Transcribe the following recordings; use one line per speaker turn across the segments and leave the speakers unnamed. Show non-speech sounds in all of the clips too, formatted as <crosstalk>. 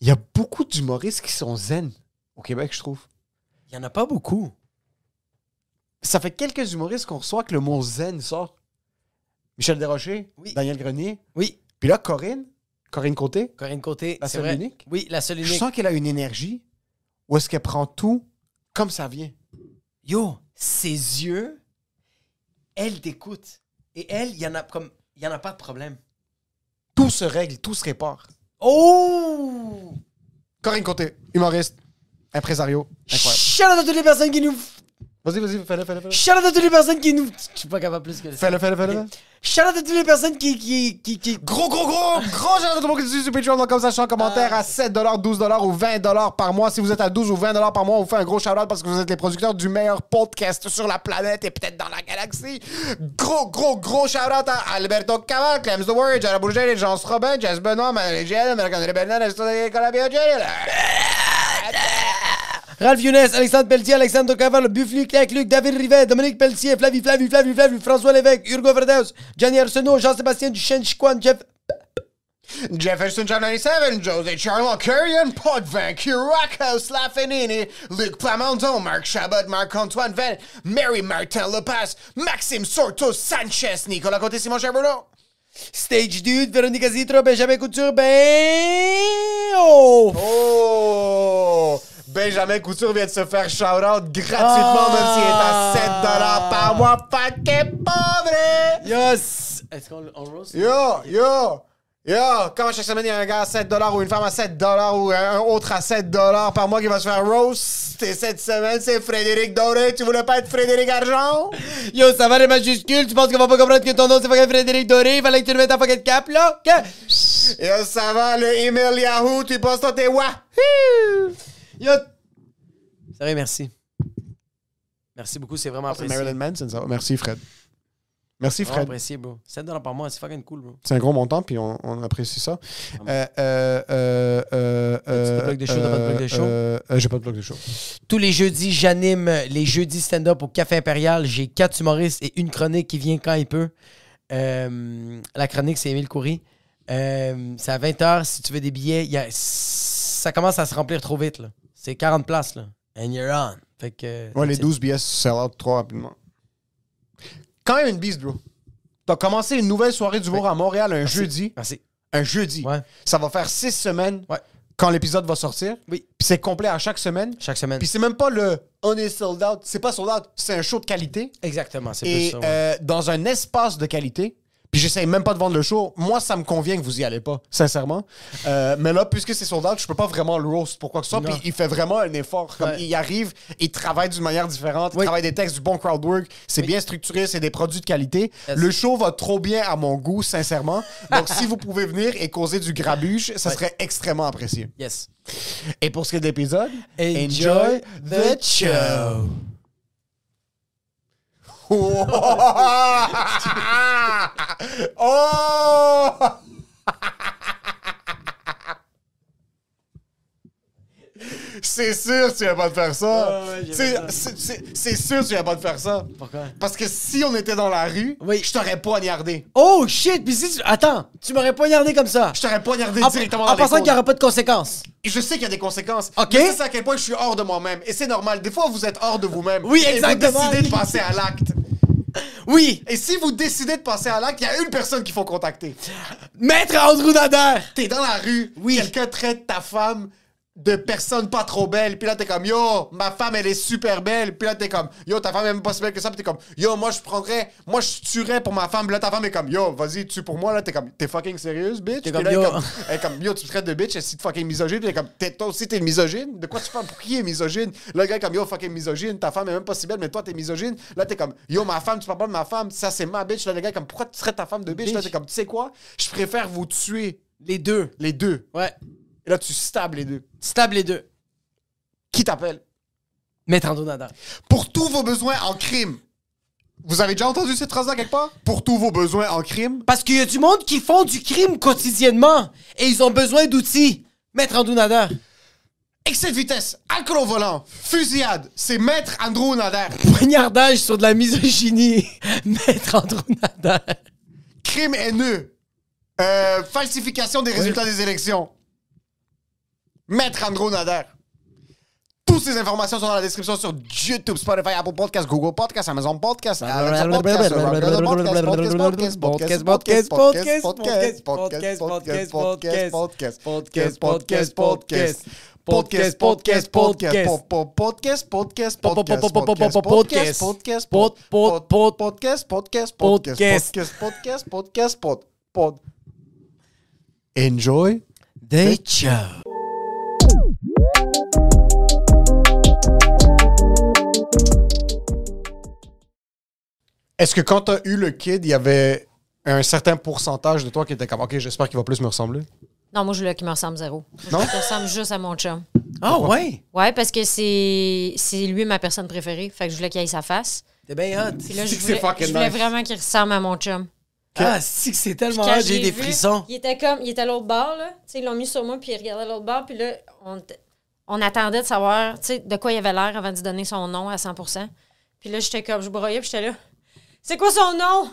Il y a beaucoup d'humoristes qui sont zen au Québec, je trouve.
Il y en a pas beaucoup.
Ça fait quelques humoristes qu'on reçoit que le mot zen sort. Michel Desrochers,
Oui.
Daniel Grenier.
Oui,
Puis là, Corinne, Corinne Côté,
Corinne Côté,
La
c'est
seule
vrai.
unique?
Oui, la seule
je
unique.
sens qu'elle a une énergie où est-ce qu'elle prend tout comme ça vient.
Yo, ses yeux, elle t'écoute. Et elle, il y en a comme il y en a pas de problème.
Tout se règle, tout se répare.
Oh!
Corinne Côté, humoriste, impresario. Incroyable.
Shout-out à toutes les personnes qui nous...
Vas-y, vas-y, fais-le, fais-le, fais-le.
Shout-out à toutes les personnes qui nous... Je suis pas capable plus que ça.
Fais-le, fais-le, fais-le.
Shout-out à toutes les personnes qui... qui, qui, qui...
Gros, gros, gros, gros genre de monde qui dit sur Patreon. Donc, comme ça, je suis en commentaire à 7 12 ou 20 par mois. Si vous êtes à 12 ou 20 par mois, on vous fait un gros shout-out parce que vous êtes les producteurs du meilleur podcast sur la planète et peut-être dans la galaxie. Gros, gros, gros shout-out à Alberto Caval, Clems The Word, Jara Bourget, Jean Robin, Jess Benoît, Manuel Giel, American Rebellion, Nicolas Biogel.
Ralph Younes, Alexandre Pelletier, Alexandre Caval, Buffly, Clac, Luc, David Rivet, Dominique Pelletier, Flavie, Flavie, Flavie, Flavie, François Lévesque, Hugo Verdeus, Gianni Arsenault, Jean-Sébastien Duchesne, Chiquan, Jeff...
Jefferson John 97, José Charlo Curian, Pod Van Curaco, Slafinini, Luc Plamondon, Marc Chabot, Marc-Antoine Van, Mary Martin Lepas, Maxime Sorto Sanchez, Nicolas Côté Simon Charbonneau.
Stage Dude, Véronica Zitro, Benjamin Couture, ben... Oh!
Oh! Benjamin Couture vient de se faire shout-out gratuitement,
Ah!
même s'il est à 7$ par mois. Fucking pauvre!
Yes! Est-ce qu'on on roast?
Yo, yo, yo, comment chaque semaine il y a un gars à 7$ ou une femme à 7$ ou un autre à 7$ par mois qui va se faire roast. Et cette semaine, c'est Frédéric Doré. Tu voulais pas être Frédéric <laughs> Argent?
Yo, ça va les majuscules? Tu penses qu'on va pas comprendre que ton nom c'est fucking Frédéric Doré? Fallait que tu le mettes en fucking cap, là? Que-
Yo, ça va, le email Yahoo, tu penses toi t'es wa?
Yo! Sérieux, merci. Merci beaucoup, c'est vraiment apprécié.
Manson, ça va. Merci, Fred. Merci,
Vraiment apprécié, bro. 7 par mois, c'est fucking cool, bro.
C'est un gros montant, puis on, on apprécie ça. Euh, euh, euh, euh, euh,
pas de bloc de show, t'as pas de bloc de show?
euh, euh, J'ai pas de bloc de show.
Tous les jeudis, j'anime les jeudis stand-up au Café Impérial. J'ai quatre humoristes et une chronique qui vient quand il peut. Euh, la chronique, c'est Émile Coury. Euh, c'est à 20h. Si tu veux des billets, il y a- ça commence à se remplir trop vite. là. C'est 40 places. Là. And you're on. Fait que,
Ouais, les
c'est-
12 billets sell out trop rapidement. Quand même une bise, bro. T'as commencé une nouvelle soirée d'humour à Montréal un jeudi.
Merci.
Un jeudi.
Ah, Ouais.
Ça va faire six semaines
Ouais.
quand l'épisode va sortir.
Oui.
Puis c'est complet à chaque semaine.
Chaque semaine.
Puis c'est même pas le on est sold out. C'est pas sold out. C'est un show de qualité.
Exactement. C'est plus
Et
ça. ouais.
euh, dans un espace de qualité. Puis j'essaye même pas de vendre le show. Moi, ça me convient que vous y allez pas, sincèrement. Euh, mais là, puisque c'est sold out, je peux pas vraiment le roast pour quoi que ce soit.
Non.
Puis il fait vraiment un effort. Comme
Ouais.
Il arrive, il travaille d'une manière différente.
Oui.
Il travaille des textes, du bon crowd work. C'est bien structuré, c'est des produits de qualité.
Yes.
Le show va trop bien à mon goût, sincèrement. Donc si vous pouvez venir et causer du grabuge, ça serait extrêmement apprécié.
Yes.
Et pour ce qui est de l'épisode,
Enjoy the show.
Oh! Oh! C'est sûr que tu vas pas te faire ça.
Ouais, ouais, j'ai
C'est-
fait ça.
c'est- c'est c'est sûr que tu vas pas te faire ça.
Pourquoi?
Parce que si on était dans la rue,
Oui.
je t'aurais poignardé.
Oh shit! Puis si tu... Attends, tu m'aurais poignardé comme ça.
Je t'aurais poignardé
En,
directement
en
dans
pensant
l'épaule.
qu'il n'y aurait pas de conséquences.
Et je sais qu'il y a des conséquences.
Ok.
Mais c'est à quel point je suis hors de moi-même. Et c'est normal. Des fois, vous êtes hors de vous-même.
Oui,
Et
exactement.
vous décidez de passer à l'acte.
Oui!
Et si vous décidez de passer à l'acte, il y a une personne qu'il faut contacter.
Maître Andrew Nader!
T'es dans la rue.
Oui.
Quelqu'un traite ta femme de personne pas trop belle. Puis là, t'es comme, yo, ma femme, elle est super belle. Puis là, t'es comme, yo, ta femme est même pas si belle que ça. Puis t'es comme, yo, moi, je prendrais, moi, je tuerais pour ma femme. Puis là, ta femme est comme, yo, vas-y, tue pour moi. Là, t'es comme, t'es fucking sérieuse,
T'es
bitch. Puis
comme,
là, elle est
yo.
comme, elle est comme, yo, tu me traites de bitch, elle est fucking misogyne. Puis elle est comme, t'es- toi aussi, t'es une misogyne. De quoi tu parles? Pour qui est misogyne? Là, le gars est comme, yo, fucking misogyne. Ta femme est même pas si belle, mais toi, t'es misogyne. Là, t'es comme, yo, ma femme, tu parles pas de ma femme. Ça, c'est ma bitch. Là, le gars est comme, pourquoi tu traites ta femme de bitch? Là,
Bitch.
t'es comme, tu sais quoi? Je préfère vous tuer
Les deux.
les deux.
Ouais.
Et là, tu stabs les deux.
Stab les deux.
Qui t'appelle?
Mettre en Nadal.
Pour tous vos besoins en crime. Vous avez déjà entendu cette phrase-là quelque part? Pour tous vos besoins en crime.
Parce qu'il y a du monde qui font du crime quotidiennement et ils ont besoin d'outils. Maître Andounada.
Excès de vitesse, alcool au volant, fusillade, c'est Maître Andrew Nader.
<laughs> Poignardage sur de la misogynie. <laughs> Maître Andounada.
Crime haineux, Euh, falsification des résultats des élections. Maître Andrew Nader. Toutes ces informations sont dans la description sur YouTube, Spotify, Apple Podcasts, Google Podcasts, Amazon Podcasts, Alexa Podcasts, Google Podcasts, Podcast, Podcast, Podcast, Podcast, Podcast, Podcast, Podcast, Podcast, Podcast, Podcast, Podcast, Podcast, Podcast, podcast, podcast, po- po- podcast, podcast,
Po- po-
podcast,
po- po- po- po- po-
podcast,
podcast.
podcast,
Pod- pod- pod-
podcast, podcast, podcast,
podcast.
podcast, podcast, podcast, pod, pod. Enjoy.
They show.
Est-ce que quand t'as eu le kid, il y avait un certain pourcentage de toi qui était comme, ok, j'espère qu'il va plus me ressembler.
Non, moi, je voulais qu'il me ressemble zéro.
Non?
Je ressemble juste à mon chum.
Ah ouais.
Ouais, parce que c'est c'est lui ma personne préférée. Fait que je voulais qu'il aille sa face.
T'es bien hot.
Puis là,
<laughs>
C'est
je
que
voulais,
c'est fucking
je voulais
nice.
vraiment qu'il ressemble à mon chum.
Ah, si que c'est tellement
Quand
hot,
je
j'ai des
l'ai vu,
frissons.
Il était comme, il était à l'autre bord, là. Tu sais, ils l'ont mis sur moi, puis il regardait à l'autre bord, puis là, on, t- on attendait de savoir, tu sais, de quoi il avait l'air avant de lui donner son nom à 100 Puis là, j'étais comme, je broyais, puis j'étais là. C'est quoi son nom?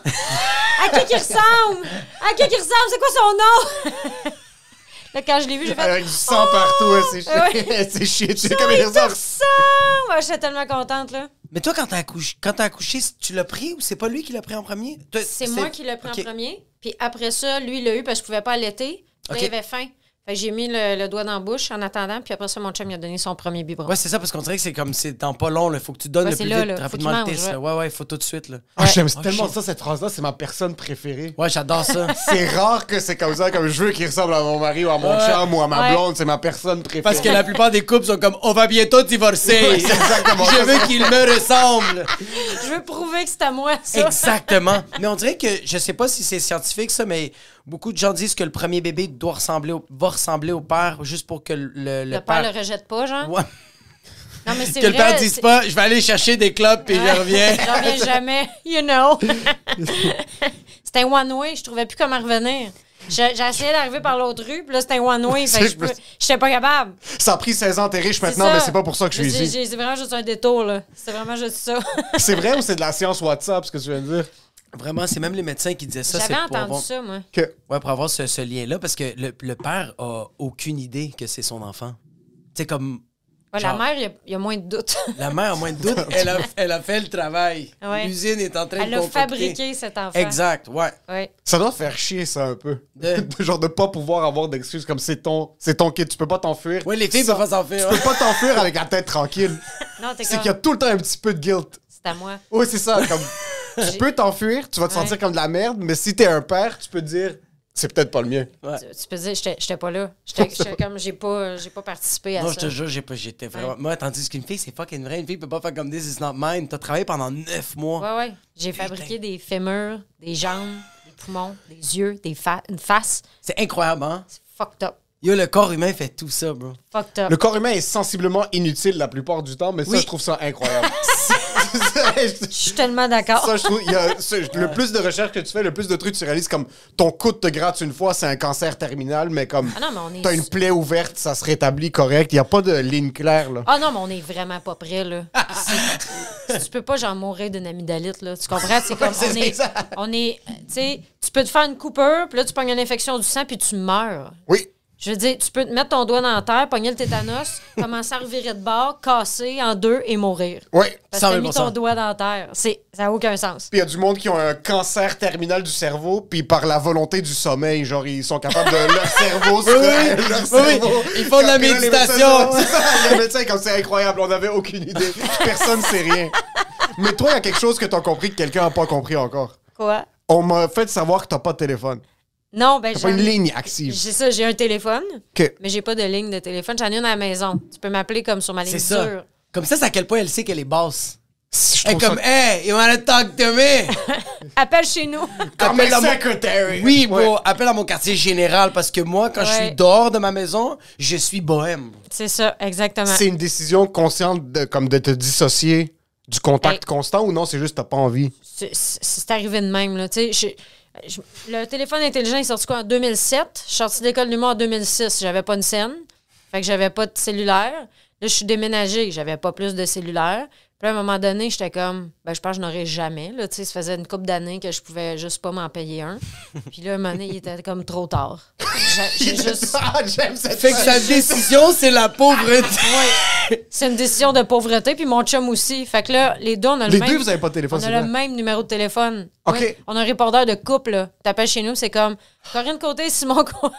À qui il ressemble? À qui il ressemble? C'est quoi son nom? <laughs> là, quand je l'ai vu, j'ai fait.
Avec Euh, du sang partout, hein, c'est
Ah
shit. <laughs> C'est shit, c'est comme
Ah,
il
il te
ressemble.
ressemble! Ah, J'étais tellement contente, là.
Mais toi, quand t'as accouché, quand t'as accouché, tu l'as pris ou c'est pas lui qui l'a pris en premier? Toi,
C'est moi qui l'ai pris
Ok.
en premier. Puis après ça, lui, il l'a eu parce que je pouvais pas allaiter. Puis là,
Ok.
il avait faim. Fait que j'ai mis le, le doigt dans la bouche en attendant. Puis après ça, mon chum, il a donné son premier biberon.
Ouais, c'est ça, parce qu'on dirait que c'est comme c'est dans pas long, là. Faut que tu donnes
Ouais,
le
c'est
plus
là,
vite,
là. Faut
rapidement
qu'il
le
mange,
test,
ouais.
là. Ouais, ouais, faut tout de suite, là.
Ah, j'aime tellement
shit.
ça, cette phrase-là, c'est ma personne préférée.
Ouais, j'adore
<laughs>
ça.
C'est <laughs> rare que c'est comme ça, comme je veux qu'il ressemble à mon mari ou à mon
Ouais.
chum ou à ma
Ouais.
blonde, c'est ma personne préférée.
Parce que la plupart des couples sont comme, on va bientôt divorcer.
c'est exactement <laughs>
Je
ça.
veux qu'il me ressemble.
Je veux prouver que c'est à moi,
<laughs>
ça.
Exactement. Mais on dirait que, je sais pas si c'est scientifique, ça, mais beaucoup de gens disent que le premier bébé doit ressembler au, va ressembler au père juste pour que le, le,
Le père le rejette pas, genre.
Ouais.
Non, mais c'est
Que
vrai.
le père dise
c'est-
pas, je vais aller chercher des clubs puis
Ouais.
je
<laughs>
reviens.
je reviens jamais,
<laughs>
you know. c'était un one-way. Je trouvais plus comment revenir. Je- J'ai essayé d'arriver par l'autre rue, puis là, c'était un one-way. Fait que je peux- j'étais pas capable.
Ça a pris 16 ans, t'es riche
C'est
maintenant,
ça.
mais c'est pas pour ça que je suis
J'ai-
ici.
j'ai- C'est vraiment juste un détour, là. C'est vraiment juste ça.
C'est vrai ou c'est de la science WhatsApp, ce que tu viens de dire?
Vraiment, c'est même les médecins qui disaient ça. c'est
J'avais
pour
entendu
avoir-
ça, moi.
Que...
Ouais, pour avoir ce, ce lien-là, parce que le, le père a aucune idée que c'est son enfant. Tu sais, comme
Ouais,
Genre-
La mère, il y a- il y, a moins de doutes.
la mère a moins de <laughs> doute, elle a, elle a fait le travail.
Ouais.
L'usine est en train
Elle
de
a
concocter.
fabriqué cet enfant.
Exact, ouais.
Ouais.
Ça doit faire chier, ça, un peu.
De-
<laughs> De genre de pas pouvoir avoir d'excuses comme c'est ton, c'est ton kid, tu peux pas t'enfuir.
Ouais, les filles
Ça-
peuvent pas hein. s'enfuir.
Tu peux pas t'enfuir avec la tête tranquille.
Non, t'es
C'est
comme.
qu'il y a tout le temps un petit peu de guilt.
C'est à moi.
Oui, c'est ça. Comme, tu
<laughs>
J'ai-
peux t'enfuir, tu vas te
Ouais.
sentir comme de la merde, mais si t'es un père, tu peux te dire c'est peut-être pas le mien.
Ouais.
Tu, tu peux dire, j'étais j'étais pas là.
<laughs>
J'étais j'étais comme, j'ai pas, j'ai pas participé à
Non, je
ça.
te jure, j'ai pas- j'étais vraiment.
Ouais.
Moi, tandis qu'une fille, c'est fucking vrai. Une fille peut pas faire comme this is not mine. T'as travaillé pendant neuf mois.
Ouais, ouais. J'ai fabriqué des fémurs, des jambes, des poumons, des yeux, des fa- une face.
C'est incroyable, hein?
C'est fucked up.
Yo, le corps humain fait tout ça, bro.
Fucked up.
Le corps humain est sensiblement inutile la plupart du temps, mais ça,
Oui.
je trouve ça incroyable. <laughs> ça,
Je suis tellement d'accord.
Ah.
je trouve. il y a- ça, je- le plus de recherches que tu fais, le plus de trucs que tu réalises, comme ton coude te gratte une fois, c'est un cancer terminal, mais comme
Ah non, mais on est.
t'as une plaie ouverte, ça se rétablit correct. Il n'y a pas de ligne claire, là.
Ah non, mais on est vraiment pas prêt, là. C'est- tu peux pas, genre, mourir d'une amygdalite, là. Tu comprends? <laughs> C'est comme, on est, on est, euh, tu sais, tu peux te faire une coupure, puis là, tu pognes une infection du sang, puis tu meurs.
Oui.
Je veux dire, tu peux te mettre ton doigt dans la terre, pogner le tétanos, <laughs> commencer à revirer de bord, casser en deux et mourir.
Oui.
Parce que t'as mis
100 000
ton doigt dans la terre. C'est, ça n'a aucun sens.
Puis il y a du monde qui ont un cancer terminal du cerveau, puis par la volonté du sommeil, genre ils sont
<laughs>
capables de leur cerveau se
oui,
leur
oui,
cerveau.
oui. Ils font de la
Puis là, les
méditation.
médecins, c'est ça, Les médecins, comme c'est incroyable, on n'avait aucune idée. Personne sait rien. Mais toi, il y a quelque chose que t'as compris que quelqu'un n'a pas compris encore.
Quoi?
On m'a fait savoir que t'as pas de téléphone.
Non, ben,
T'as pas une
j'ai
ligne active.
j'ai ça, j'ai un téléphone,
Ok.
mais j'ai pas de ligne de téléphone. J'en ai une à la maison. Tu peux m'appeler comme sur ma ligne
C'est
dure.
ça. Comme ça, c'est à quel point elle sait qu'elle est basse.
Je
Elle est
trouve ça-
comme, hey, you wanna talk to <laughs> me?
Appelle chez nous. <laughs>
Appelle
dans mon-
secretary.
Oui,
Ouais.
bro, appelle à mon quartier général parce que moi, quand je
Ouais.
suis dehors de ma maison, je suis bohème.
C'est ça, exactement.
C'est une décision consciente de, comme de te dissocier du contact
Hey.
constant ou non, c'est juste que t'as pas envie.
C'est- C'est c'est arrivé de même, là. Tu sais, je- je- le téléphone intelligent est sorti quoi en 2007? Je suis sortie de l'école d'humour en 2006. J'avais pas une scène. Fait que j'avais pas de cellulaire. Là, je suis déménagée. J'avais pas plus de cellulaire. Puis là, à un moment donné, j'étais comme, ben, je pense que je n'aurais jamais. Là, tu sais, ça faisait une couple d'années que je pouvais juste pas m'en payer un. Puis là, à un moment donné, il était comme trop tard. J'ai- J'ai juste.
<laughs> Ah, j'aime cette
Fait que <laughs> sa décision, c'est la pauvreté.
C'est une décision de pauvreté, puis mon chum aussi. Fait que là, les deux, on a le
Les
même...
deux, vous avez pas de téléphone,
On
c'est
a le
vrai.
même numéro de téléphone.
OK.
Ouais. On a un répondeur de couple, là. T'appelles chez nous, c'est comme Corinne Côté,
<laughs>
Simon Cohen.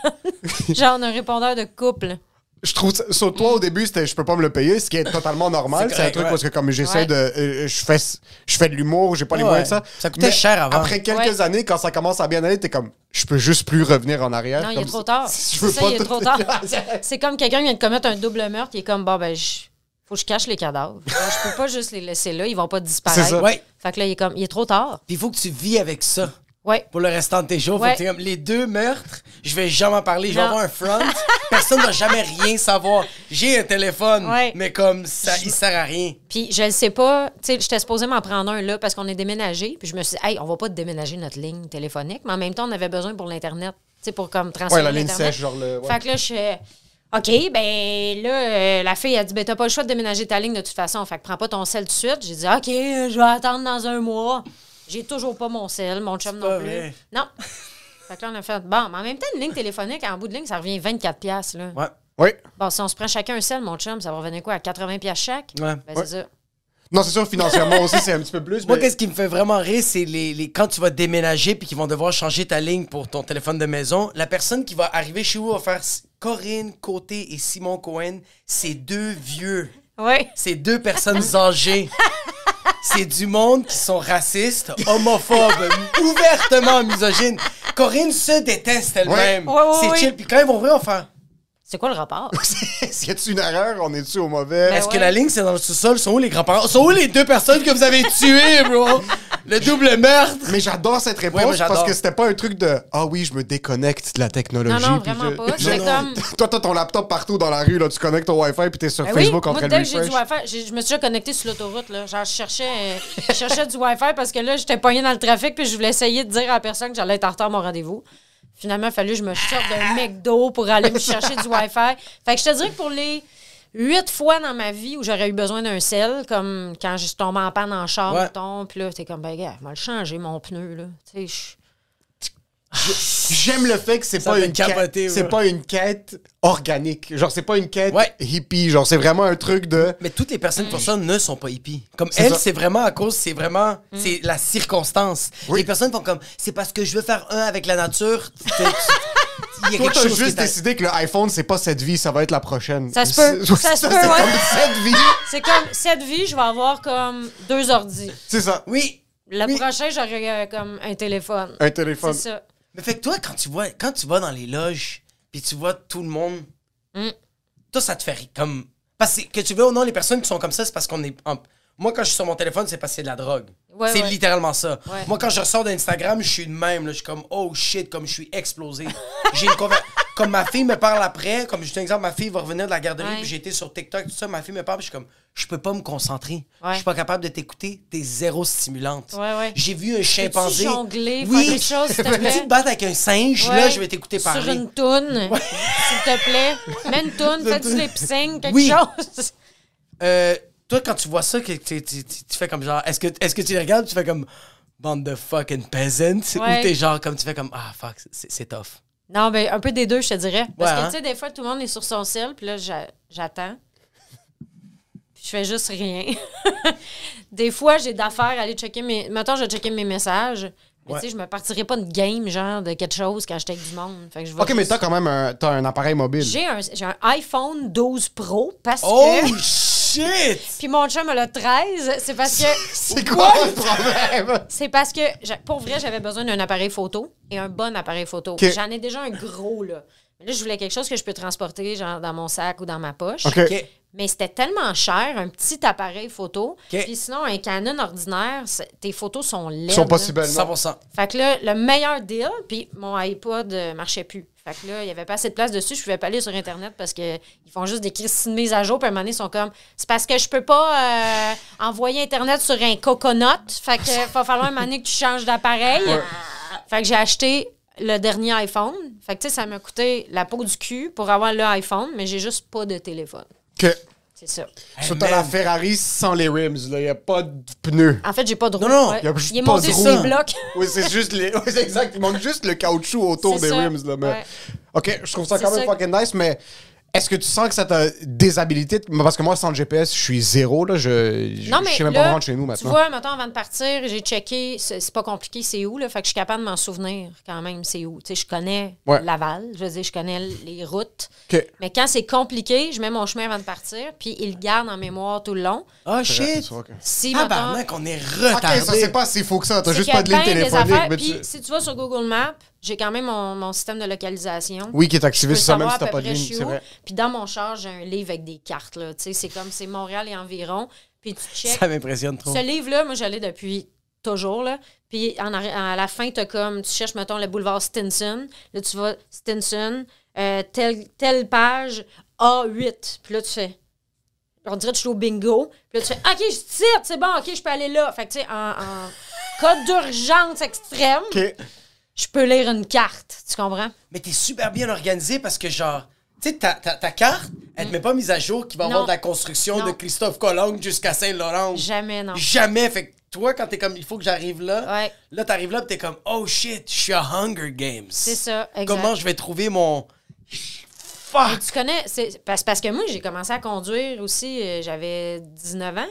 Genre, on a un répondeur de couple.
Je trouve ça- sur toi au début c'était je peux pas me le payer ce qui est totalement normal
C'est
c'est un
correct,
truc
ouais.
parce que comme j'essaie
Ouais.
de euh, je fais je fais de l'humour j'ai pas les
Ouais.
moyens de ça
Ça coûtait cher avant.
après quelques
Ouais.
années quand ça commence à bien aller t'es comme je peux juste plus revenir en arrière
Non, il est
comme
trop
ça.
tard.
<laughs> Je veux
C'est ça,
pas
il est
tout-
trop tard. <laughs> C'est comme quelqu'un qui vient de commettre un double meurtre, il est comme, bon, ben, je- faut que je cache les cadavres. Alors, je peux pas juste les laisser là, ils vont pas disparaître.
C'est ça.
Ouais.
Fait que là, il est comme, il est trop tard.
Puis il faut que tu vis avec ça
Ouais.
pour le restant de tes jours. Faut
Ouais.
que t'es comme, les deux meurtres, je vais jamais en parler. Je vais
Non.
avoir un front. <laughs> Personne ne va jamais rien savoir. J'ai un téléphone,
Ouais.
mais comme ça, il sert à rien.
Puis je le sais pas, tu sais, j'étais supposée m'en prendre un là parce qu'on est déménagé. Puis je me suis dit, hey, on va pas déménager notre ligne téléphonique, mais en même temps, on avait besoin pour l'Internet, tu sais, pour comme
<laughs>
transférer.
ouais la ligne
l'Internet.
sèche genre le ouais.
Fait que là, je fais, OK, ben là, euh, la fille a dit, ben t'as pas le choix de déménager ta ligne de toute façon. Fait que prends pas ton sel tout de suite. J'ai dit, OK, euh, je vais attendre dans un mois. J'ai toujours pas mon sel, mon chum
pas
non plus.
vrai.
Non. <laughs> Fait que là, on a fait, bon, mais en même temps, une ligne téléphonique, en bout de ligne, ça revient 24 pièces là.
Ouais.
Oui.
Bon, si on se prend chacun un sel, mon chum, ça va revenir quoi, à 80 pièces chaque?
Ouais.
Ben,
Ouais.
c'est ça.
non c'est sûr financièrement aussi c'est un petit peu plus
Moi,
mais-
qu'est-ce qui me fait vraiment rire, c'est les, les- quand tu vas déménager puis qu'ils vont devoir changer ta ligne pour ton téléphone de maison, la personne qui va arriver chez vous va faire S- Corinne Côté et Simon Cohen, c'est deux vieux.
Oui.
C'est deux personnes âgées. C'est du monde qui sont racistes, homophobes, ouvertement misogynes. Corinne se déteste elle-même.
Ouais. Ouais, ouais,
c'est
ouais.
chill. Puis quand ils vont ouvrir, on fait
C'est quoi le rapport?
est-ce qu'il y a-tu une erreur on est-tu au mauvais
Ben
Est-ce que
ouais.
la ligne, c'est dans le sous-sol? Sont où les grands-parents? Sont où les deux personnes que vous avez tuées, bro? Le double meurtre!
Mais j'adore cette réponse
Ouais, moi, j'adore.
parce que c'était pas un truc de Ah oui, je me déconnecte de la technologie.
Non, non,
puis
vraiment
je-
pas.
je-
C'est comme-
Toi, t'as ton laptop partout dans la rue, là, tu connectes ton Wi-Fi puis t'es sur
Ben oui,
Facebook en
moi,
train de
dès que j'ai du
refresh.
Wi-Fi, j'ai- je me suis déjà connectée sur l'autoroute. Là. Genre, je cherchais, euh, je cherchais du Wi-Fi parce que là, j'étais pognée dans le trafic puis je voulais essayer de dire à la personne que j'allais être en retard à mon rendez-vous. Finalement, il fallu que je me sorte d'un McDo pour aller me chercher du Wi-Fi. Fait que je te dirais que pour les huit fois dans ma vie où j'aurais eu besoin d'un sel, comme quand je suis tombée en panne en char,
Ouais.
mettons, puis là, t'es comme, ben, gars, va le changer, mon pneu, là. Tu sais, je-
J'aime le fait que c'est
Ça
pas
fait
une quête-
capoter,
c'est
ouais.
pas une quête organique. Genre c'est pas une quête
Ouais.
hippie, genre c'est vraiment un truc de
Mais toutes les personnes qui font ça ne sont pas hippies. Comme
C'est
elle,
ça.
c'est vraiment à cause, c'est vraiment, c'est la circonstance. Les personnes font comme, c'est parce que je veux faire un avec la <laughs> nature. Tu- tu- Il y a
Toi,
quelque
t'as
chose qui
juste
t'a-
décidé que le iPhone, c'est pas cette vie, ça va être la prochaine.
Ça se
<laughs>
peut.
C'est-
Ça se
c'est
peut, ouais.
comme cette vie.
C'est comme, cette vie, je vais avoir comme deux ordis.
C'est ça.
Oui.
Le
Oui.
prochain, j'aurai euh, comme un téléphone.
Un téléphone.
C'est ça.
Mais fait que toi, quand tu vois, quand tu vas dans les loges, puis tu vois tout le monde,
Mm.
toi, ça te fait rire, comme, parce que que tu veux ou non, les personnes qui sont comme ça, c'est parce qu'on est, en- moi, quand je suis sur mon téléphone, c'est parce que c'est de la drogue.
Ouais,
c'est
ouais.
littéralement ça.
Ouais.
Moi, quand je ressors d'Instagram, je suis de même. là. Je suis comme, oh shit, comme je suis explosé. J'ai une conver- <laughs> Comme ma fille me parle après, comme je te donne un exemple, ma fille va revenir de la garderie,
Ouais.
puis j'étais sur TikTok, tout ça, ma fille me parle, puis je suis comme, je peux pas me concentrer.
Ouais.
Je suis pas capable de t'écouter, t'es zéro stimulante.
Ouais, ouais.
J'ai vu un chimpanzé.
jongler, faire
oui,
des
<laughs>
choses, s'il te
Peux-tu
plaît?
te battre avec un singe, là,
Ouais.
je vais t'écouter
Sur
parler.
une toune, <laughs> s'il te plaît. Mets une toune, fais du lip sync, quelque
Oui.
chose. <laughs>
Euh, toi, quand tu vois ça, que tu, tu- tu- tu fais comme genre, est-ce que, est que tu les regardes, tu fais comme bande de fucking peasants,
Ouais.
ou t'es genre comme tu fais comme ah fuck, c'est c'est tough.
Non, mais un peu des deux, je te dirais. Parce
Ouais,
que,
hein?
tu sais, des fois, tout le monde est sur son sel, puis là, j'a- j'attends. Puis je fais juste rien. <laughs> des fois, j'ai d'affaires à aller checker mes... Mettons, je vais checker mes messages. Mais
Ouais.
tu sais, je me partirai pas de game, genre, de quelque chose quand j'étais avec du monde. Fait que je vais
Ok, mais
juste-
t'as quand même un, t'as un appareil mobile.
J'ai un, j'ai un iPhone 12 Pro parce
Oh
que...
shit!
Puis mon chum a le 13, c'est
<laughs>
parce que...
C'est quoi le problème?
C'est parce que, j'a- pour vrai, j'avais besoin d'un appareil photo et un bon appareil photo.
Ok.
J'en ai déjà un gros, là. Mais là, je voulais quelque chose que je peux transporter, genre, dans mon sac ou dans ma poche.
Ok.
Ok.
Mais c'était tellement cher, un petit appareil photo.
OK.
Puis sinon, un Canon ordinaire, c'est- tes photos sont laides.
Ils sont pas
là.
si belles, non?
100%.
Fait que là, le meilleur deal, puis mon iPod euh, marchait plus. Fait que là, il n'y avait pas assez de place dessus. Je pouvais pas aller sur Internet parce que ils font juste des crises de mise à jour. Puis à un moment donné, ils sont comme c'est parce que je peux pas euh, envoyer Internet sur un coconut. Fait que
<laughs>
va falloir un moment donné que tu changes d'appareil. Fait que j'ai acheté le dernier iPhone. Fait que tu sais, ça m'a coûté la peau du cul pour avoir le iPhone, mais j'ai juste pas de téléphone.
Que...
C'est ça.
Ça, t'as la Ferrari sans les rims, là. Y a pas de pneus.
En fait, j'ai pas de roue.
Non, non,
Ouais.
y a juste
Ah, il est
pas
monté
de
sur
roue.
les blocs.
<laughs> Oui, c'est juste les. Oui, c'est exact. Il manque juste le caoutchouc autour
C'est
des
ça.
rims, là. Mais...
Ouais.
Ok, je trouve ça quand
C'est
même
ça.
fucking nice, mais. Est-ce que tu sens que ça t'a déshabilité? Parce que moi, sans le GPS, je suis zéro. Là. Je, je,
Non,
je
mais
sais même
là,
pas rentrer chez nous
Tu
maintenant.
vois, maintenant avant de partir, j'ai checké, c'est c'est pas compliqué, c'est où, là. Fait que je suis capable de m'en souvenir quand même, c'est où. Tu sais, je connais
Ouais.
Laval, je veux dire, je connais les routes.
Ok.
Mais quand c'est compliqué, je mets mon chemin avant de partir, puis il le garde en mémoire tout le long.
Oh
Ouais,
shit!
c'est ok.
Si, mettons,
Tabarnak, on est
Ok,
retardé.
ça c'est pas si fou que ça, t'as
c'est
juste
qu'il y
pas de ligne
a bien des
téléphonique.
affaires,
Mais
puis
tu...
si tu vas sur Google Maps, j'ai quand même mon, mon système de localisation.
Oui, qui est
Je
activé,
peux
c'est ça même
savoir
si
à
t'as
peu
pas de
près je
ligne,
suis
c'est
où.
vrai.
Puis dans mon char, j'ai un livre avec des cartes, là. Tu sais, c'est comme, c'est Montréal et environ. Puis tu checkes.
Ça m'impressionne trop.
Ce livre-là, moi, j'allais depuis toujours. Là. Puis en arri- à la fin, tu comme, tu cherches, mettons, le boulevard Stinson. Là, tu vas Stinson, euh, telle, telle page, A8. Puis là, tu fais. On dirait que je suis au bingo. Puis là, tu fais OK, je tire, c'est bon, OK, je peux aller là. Fait que, tu sais, en, en cas d'urgence extrême,
Ok.
je peux lire une carte. Tu comprends?
Mais t'es super bien organisé parce que, genre, tu sais, ta, ta, ta carte, elle te met pas mise à jour qu'il va y avoir
Mm. Non.
de la construction de
Non.
Christophe Colomb jusqu'à Saint-Laurent.
Jamais, non.
Jamais. Fait que toi, quand t'es comme, il faut que j'arrive là,
Ouais.
là, t'arrives là, pis t'es comme, oh shit, je suis à Hunger Games. C'est
ça, exact.
Comment je vais trouver mon.
Et
Fuck!
tu connais, c'est parce, parce que moi, j'ai commencé à conduire aussi, euh, j'avais 19 ans.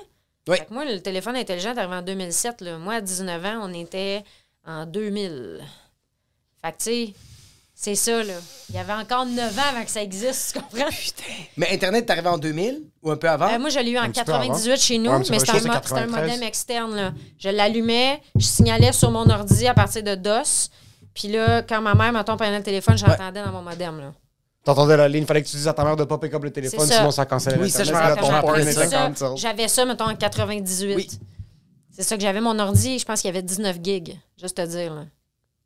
Oui.
Fait que moi, le téléphone intelligent est arrivé en 2007. là. Moi, à 19 ans, on était en 2000. Fait que, tu sais, c'est ça, là. Il y avait encore 9 ans avant que ça existe, tu comprends?
Mais Internet, t'es arrivé en 2000 ou un peu avant?
Euh, moi, je l'ai eu en
Un petit peu avant.
98 chez nous,
Ouais, mais c'est
mais
pas
c'était
la
un,
chose,
mo-
c'est
c'était un
93.
modem externe. là. Je l'allumais, je signalais sur mon ordi à partir de DOS. Puis là, quand ma mère m'entend prenait le téléphone, j'entendais dans mon modem. Là.
T'entendais la ligne, fallait que tu dises à ta mère de pas pick up le téléphone,
C'est ça.
sinon ça cancelle
Oui, ça, je
Internet,
me rappelle,
là, ton
je me
porn
rappelle
était
ça.
ça,
cancel.
J'avais ça, mettons, en 98.
Oui.
C'est ça que j'avais mon ordi. Je pense qu'il y avait 19 gigs, juste te dire. Là.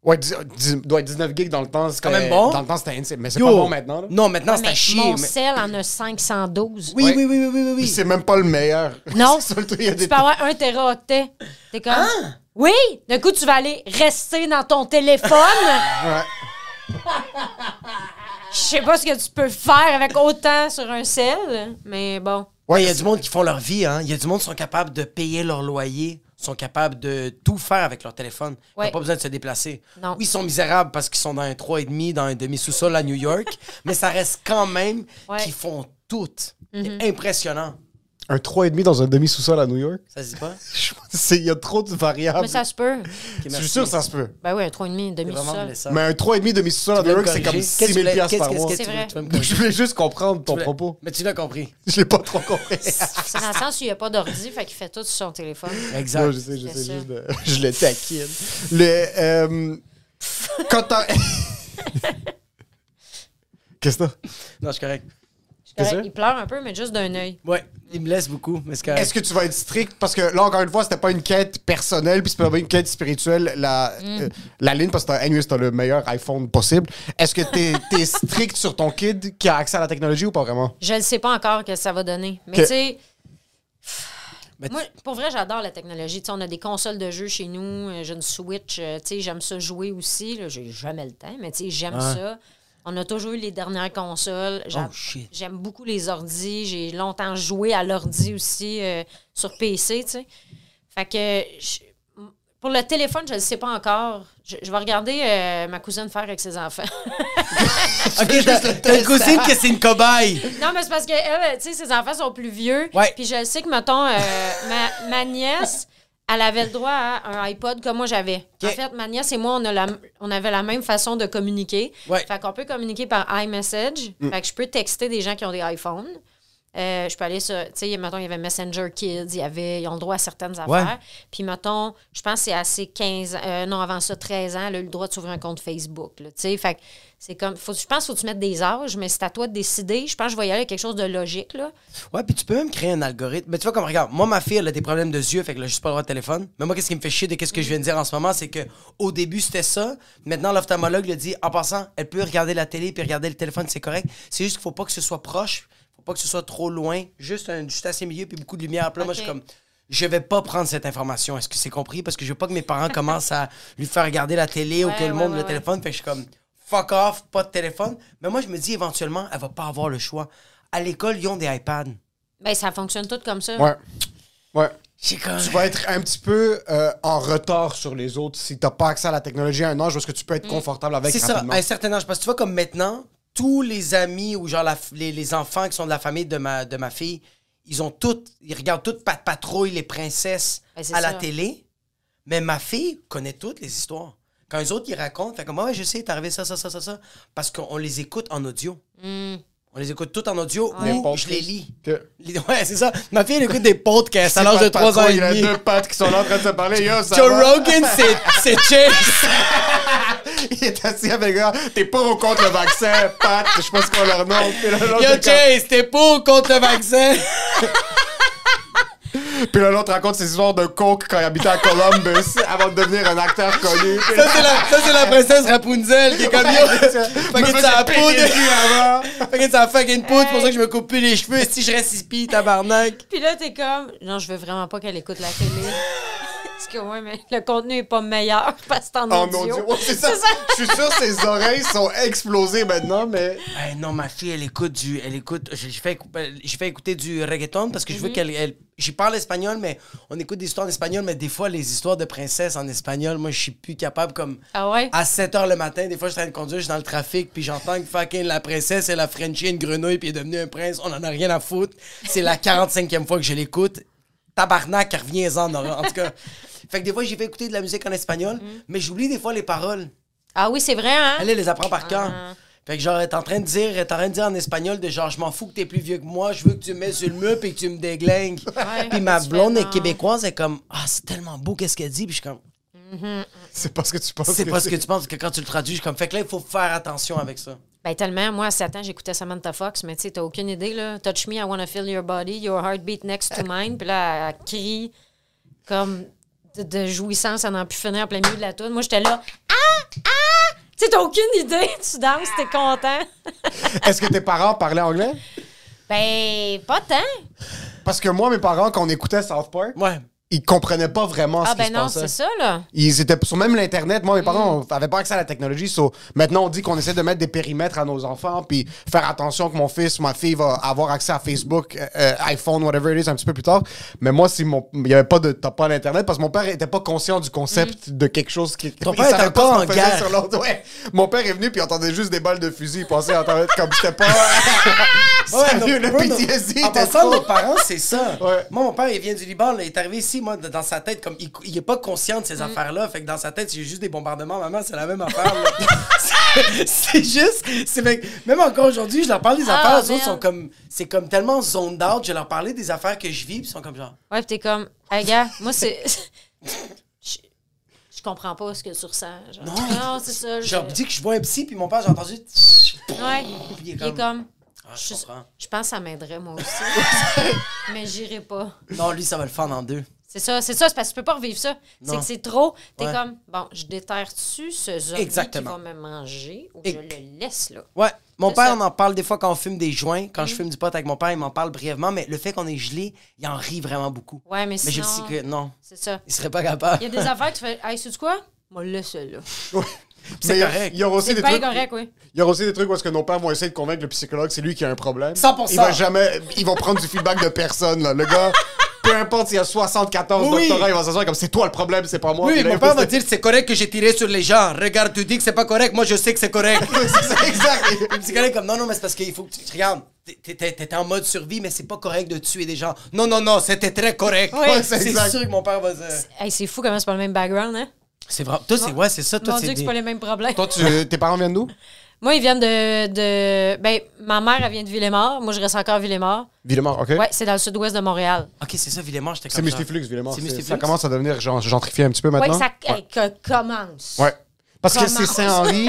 Ouais, dix- dix- ouais, 19 gigs dans le temps, c'est
quand même bon.
Dans le temps, c'était insane, mais c'est
Yo!
pas bon maintenant. là.
Non, maintenant, c'est
Mais
à Ah, chier.
mon
mais-
sel en a 512.
Oui,
Ouais.
oui, oui, oui, oui, oui,
Puis
oui.
c'est même pas le meilleur.
Non,
<laughs> C'est ça, le truc, il y a des-
tu peux avoir un téraoctet. T'es comme...
Ah!
Oui! D'un coup, tu vas aller rester dans
<laughs>
ton téléphone.
Ouais.
Je sais pas ce que tu peux faire avec autant sur un sel, mais bon.
Ouais, il y a du monde qui font leur vie, hein. Il y a du monde qui sont capables de payer leur loyer, sont capables de tout faire avec leur téléphone. Ils n'ont
Ouais.
pas besoin de se déplacer.
Non.
Oui, ils sont misérables parce qu'ils sont dans un 3,5, dans un demi-sous-sol à New York,
<laughs>
mais ça reste quand même
Ouais. Mm-hmm.
qu'ils font tout. C'est impressionnant.
Un 3,5 dans un demi-sous-sol à New
<laughs>
York,
Ça se dit pas?
C'est- il y a trop de variables.
Mais ça se peut.
Ok,
Je
merci.
suis sûr que ça se peut.
Ben oui, un 3,5, demi
Vraiment,
sol.
Vanessa.
Mais un 3,5 demi-sous-sol à
Tu
New
veux me
York, c'est
corriger?
comme
Qu'est-ce que tu
6 000
voulais-
piastres
qu'est-ce-
par
qu'est-ce
mois.
que
C'est
tu veux-
vrai.
tu veux me
Donc,
corriger?
<laughs> Je voulais juste comprendre ton
Tu voulais-
propos. <laughs>
Mais tu l'as compris.
Je l'ai pas trop compris.
<laughs>
Ah, C'est dans le sens où il n'y a pas d'ordi, fait qu'il fait tout sur son téléphone.
Exact.
Non, je sais, je
C'est
sais,
ça.
juste de- <laughs> je le taquine. Le, euh, quand t'as... <laughs> Qu'est-ce que t'as?
Non, je suis correct.
Correct,
sûr?
Ben, Il pleure un peu, mais juste d'un œil.
Ouais, il me laisse beaucoup, mais c'est
Est-ce
correct.
que tu vas être strict? Parce que là, encore une fois, c'était pas une quête personnelle, puis c'était pas une quête spirituelle, la,
Mm.
euh, la ligne, parce que t'as, anyways, t'as le meilleur iPhone possible. Est-ce que t'es, t'es strict sur ton kid qui a accès à la technologie ou pas vraiment?
Je ne sais pas encore que ça va donner. Mais
Que-
tu sais,
Mais tu-
moi, pour vrai, j'adore la technologie. Tu sais, on a des consoles de jeux chez nous. euh, J'ai une Switch. euh, tu sais, j'aime ça jouer aussi. là. J'ai jamais le temps, mais tu sais, j'aime
Ouais.
ça. On a toujours eu les dernières consoles. J'a-
Oh, shit.
J'aime beaucoup les ordis. J'ai longtemps joué à l'ordi aussi euh, sur PC, tu sais. Fait que je- pour le téléphone, je ne sais pas encore. Je, je vais regarder euh, ma cousine faire avec ses enfants.
Ok, t'as- t'as une cousine que c'est une cobaye.
Non, mais c'est parce que, elle, tu sais, ses enfants sont plus vieux.
Ouais.
Puis je sais que, mettons, euh, ma, ma nièce, elle avait le droit à un iPod comme moi j'avais.
Ok.
En fait, ma nièce et moi, on, a la, on avait la même façon de communiquer.
Ouais. Mm.
Fait qu'on peut communiquer par iMessage. Fait que je peux texter des gens qui ont des iPhones. Euh, je peux aller sur, tu sais, mettons, il y avait Messenger Kids, il y avait, ils ont le droit à certaines affaires. Puis, mettons, je pense que c'est assez 15 ans, euh, non, avant ça, 13 ans, là, le droit de s'ouvrir un compte Facebook, là, tu sais. Fait que c'est comme, faut, je pense qu'il faut que tu mettes des âges, mais c'est à toi de décider. Je pense que je vais y aller avec quelque chose de logique, là.
Ouais, puis tu peux même créer un algorithme. Mais tu vois, comme regarde, moi, ma fille, elle a des problèmes de yeux, fait que là, j'ai juste pas le droit de téléphone. Mais moi, qu'est-ce qui me fait chier de qu'est-ce que je viens de dire en ce moment, c'est que au début, c'était ça. Maintenant, l'ophtalmologue le dit, en passant, elle peut regarder la télé puis regarder le téléphone, c'est correct. C'est juste qu'il faut pas que ce soit proche, faut pas que ce soit trop loin, juste, un, juste assez milieu puis beaucoup de lumière. Puis là, moi, je suis
Ok.
comme. Je vais pas prendre cette information. Est-ce que c'est compris? Parce que je veux pas que mes parents commencent à lui faire regarder la télé ou
Ouais,
que le
ouais,
monde
ouais,
le
ouais.
téléphone. Fait que je suis comme, fuck off, pas de téléphone. Mais moi, je me dis, éventuellement, elle va pas avoir le choix. À l'école, ils ont des iPads.
Ben, ça fonctionne tout comme ça.
Ouais. Ouais.
J'ai comme.
Tu vas être un petit peu euh, en retard sur les autres si t'as pas accès à la technologie à un âge parce que tu peux être
Mm.
confortable avec
C'est ça,
rapidement.
à un certain âge. Parce que tu vois, comme maintenant, tous les amis ou genre la f- les, les enfants qui sont de la famille de ma, de ma fille, ils ont toutes, ils regardent toutes Pat Patrouille, les princesses
Ben, c'est
à la
ça.
télé. Mais ma fille connaît toutes les histoires. Quand les autres, ils racontent, fait comme, Ah ouais, je sais, t'es arrivé ça, ça, ça, ça, ça. Parce qu'on les écoute en audio. On les écoute toutes en audio
Les
ou
podcasts.
je les lis.
Que-
Les- Ouais, c'est ça. Ma fille, elle écoute des podcasts à
C'est
l'âge
pas
de
de
3 ans
patrouille,
et
Il y
demi.
a deux pattes qui sont là en train de se parler. Yo, ça
Joe
va?
Rogan, c'est- c'est Chase.
<laughs> Il est assis avec un gars. T'es pas au contre le vaccin, Pat. Je sais pas ce qu'on leur nomme. Puis là, l'autre
Yo,
est comme-
Chase, t'es pour ou contre le vaccin?
<laughs> Puis là, l'autre raconte ses histoires de coke quand il habitait à Columbus avant de devenir un acteur connu.
Ça,
Puis là,
c'est la, ça, c'est la princesse Rapunzel qui est comme yo. Fucking
me
sa
faisait péter le
poudre.
cul avant.
Fucking sa fucking poudre. C'est pour ça que je me coupe plus les cheveux. Si je reste hippie, tabarnak.
Puis là, t'es comme, non, je veux vraiment pas qu'elle écoute la télé. <laughs> Parce que, ouais, mais le contenu est pas meilleur <laughs> parce que c'est en,
En
audio.
audio. Ouais, c'est ça. Je suis sûr ses oreilles sont explosées maintenant, mais.
Eh non, ma fille, elle écoute du. Elle écoute. J'ai fait, j'ai fait écouter du reggaeton parce que
Mhm.
je veux qu'elle. elle- J'y parle espagnol, mais on écoute des histoires en espagnol, mais des fois, les histoires de princesses en espagnol, moi, je suis plus capable comme.
Ah ouais?
À 7 h le matin, des fois, je suis en train de conduire, je suis dans le trafic, puis j'entends que fucking la princesse, elle a frenché une grenouille, puis elle est devenue un prince. On en a rien à foutre. C'est la 45e fois que je l'écoute. Tabarnak, reviens-en, Nora. En tout
<laughs>
cas. Fait que des fois, j'ai fait écouter de la musique en espagnol,
Mhm.
mais j'oublie des fois les paroles.
Ah oui, c'est vrai, hein?
Elle, elle les apprend par cœur.
Ah.
Fait que genre, elle est en train de dire, elle est en train de dire en espagnol de genre, je m'en fous que t'es plus vieux que moi, je veux que tu me mets sur le mur puis que tu me déglingues.
Ouais,
puis ma
tu fais,
blonde est
non.
québécoise, elle est comme, ah, c'est tellement beau qu'est-ce qu'elle dit. Puis je suis comme,
C'est pas ce que tu penses.
c'est pas ce que tu penses, parce que quand tu le traduis, je suis comme, fait que là, il faut faire attention avec ça.
Ben tellement, moi, à 7 ans, j'écoutais Samantha Fox, mais tu sais, t'as aucune idée, là. Touch me, I wanna feel your body, your heartbeat next to mine. Puis là, elle, elle crie comme de, de jouissance, elle n'en a plus finir en plein milieu de la toune. Moi, j'étais là, ah, ah! Tu sais, t'as aucune idée, <laughs> tu danses, t'es content.
Est-ce que tes parents parlaient anglais?
Ben, pas tant.
Parce que moi, mes parents, quand on écoutait South Park,
Ouais.
ils comprenaient pas vraiment
Ah
ce qui
ben
se
non,
passait.
c'est ça, là.
Ils étaient sur même l'Internet. Moi, mes
Mm.
parents n'avaient pas accès à la technologie. so, maintenant, on dit qu'on essaie de mettre des périmètres à nos enfants puis faire attention que mon fils, ma fille va avoir accès à Facebook, euh, euh, iPhone, whatever it is, un petit peu plus tard. Mais moi, si mon, il n'y avait pas de t'as pas l'Internet parce que mon père n'était pas conscient du concept de quelque chose qui.
Mm. Ton
il
père est
savait pas
encore
ce qu'on
en
faisait
guerre.
sur l'autre. Ouais. Mon père est venu puis il entendait juste des balles de fusil. Il pensait entendre comme c'était pas. Sérieux,
non,
le
bro, non.
PTSD
En
était
passant,
trop.
nos parents, c'est ça.
Ouais.
Moi, mon père, il vient du Liban, là, il est arrivé ici, moi, dans sa tête, comme il, il est pas conscient de
Mm.
ces affaires-là. Fait que dans sa tête, j'ai juste des bombardements. Maman, c'est la même affaire.
<laughs>
là. <laughs> C'est- c'est juste. c'est mec- Même encore aujourd'hui, je leur parle des
Ah,
affaires. Les autres
merde.
sont comme. C'est comme tellement zoned out. Je leur parlais des affaires que je vis, puis ils sont comme genre.
Ouais, puis t'es comme, hey gars, moi, c'est. <laughs> je je comprends pas ce que tu ressens. Genre.
Non.
c'est ça. je-
Genre, dis que je vois un psy, puis mon père, j'ai entendu.
Ouais.
Il est
Il est
comme-
comme.
Ah, je
Je,
comprends.
je pense que ça m'aiderait moi aussi. <laughs> mais j'irai pas.
Non, lui, ça va le faire en deux.
C'est ça, c'est ça, c'est parce que tu peux pas revivre ça. C'est
Non.
que c'est trop. T'es
Ouais.
comme, bon, je déterre-tu ce zombie
Exactement.
qui va me manger ou
Et-
je le laisse là?
Ouais. Mon
C'est
père,
ça. Mm.
on en parle des fois quand on fume des joints. Quand je fume du pot avec mon père, il m'en parle brièvement, mais le fait qu'on est gelé, il en rit vraiment beaucoup.
Ouais, mais
Mais je
sinon,
sais que non,
c'est ça.
il serait pas
Il y
<laughs>
a
capable.
des affaires que tu fais, hey, sais-tu quoi? Moi, laisse là.
<laughs> C'est
Mais
correct.
Il y aura aussi
C'est
des
pas
trucs.
correct, oui.
Il y aura aussi des trucs où est-ce que nos pères vont essayer de convaincre le psychologue, c'est lui qui a un problème.
100%.
Il va jamais, ils vont prendre du feedback de personne, là. Le gars, peu importe s'il a 74
Oui.
doctorats, il va s'asseoir comme c'est toi le problème, c'est pas moi.
Oui,
Puis là,
mon
il
père
va
va dire c'est correct que j'ai tiré sur les gens. Regarde, tu dis que c'est pas correct, moi je sais que <laughs> c'est correct.
C'est ça, exact.
Le psychologue est comme non, non, mais c'est parce qu'il faut que tu. Regarde, t'es- t'es t'es en mode survie, mais c'est pas correct de tuer des gens. Non, non, non, c'était très correct.
Oui.
Ouais,
C'est
c'est
exact.
sûr que mon père va dire.
Hey, c'est fou comment c'est pas le même background, hein?
C'est vrai. Toi, c'est ouais, c'est ça.
Mon
Toi,
Dieu,
c'est
que c'est
des-
pas les mêmes problèmes.
Toi, tu- tes parents viennent d'où?
Moi, ils viennent de, de. Ben, ma mère, elle vient de Villemort. Moi, je reste encore à Villemort.
Villemort, OK?
Ouais, c'est dans le sud-ouest de Montréal.
Ok, c'est ça, Villemort, j'étais
C'est
comme ça.
Mustiflux, Villemort.
C'est
C'est-
Mustiflux?
Ça commence à devenir gen- gentrifié un petit peu
Ouais,
maintenant.
ça
Ouais.
hey, que commence.
Ouais. Parce que
Commence.
c'est
<laughs>
Saint-Henri.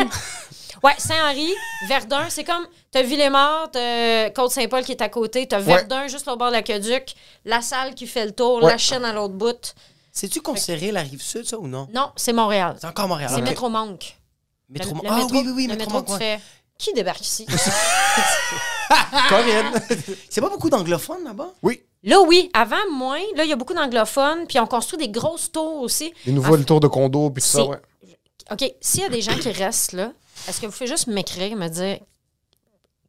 Ouais, Saint-Henri, Verdun, c'est comme. T'as Villemort, t'as Côte-Saint-Paul qui est à côté, t'as Verdun juste au bord de l'aqueduc, la salle qui fait le tour,
Ouais.
la chaîne à l'autre bout.
C'est-tu considéré la rive sud, ça, ou non?
Non, c'est Montréal.
C'est encore Montréal.
C'est
Ok.
Métro Manque. Le-
Métro.
le
Ah
métro-
oui, oui, oui,
Le
Métro
métro qui
Manquois.
fait. Qui
<laughs>
débarque ici?
Corinne.
C'est pas beaucoup d'anglophones là-bas?
Oui.
Là, oui. Avant, moins. Là, il y a beaucoup d'anglophones, puis on construit des grosses tours aussi.
Les nouveaux, le tour de condo, puis tout ça,
C'est-
ouais.
OK, s'il y a des gens qui restent là, est-ce que vous faites juste m'écrire, me dire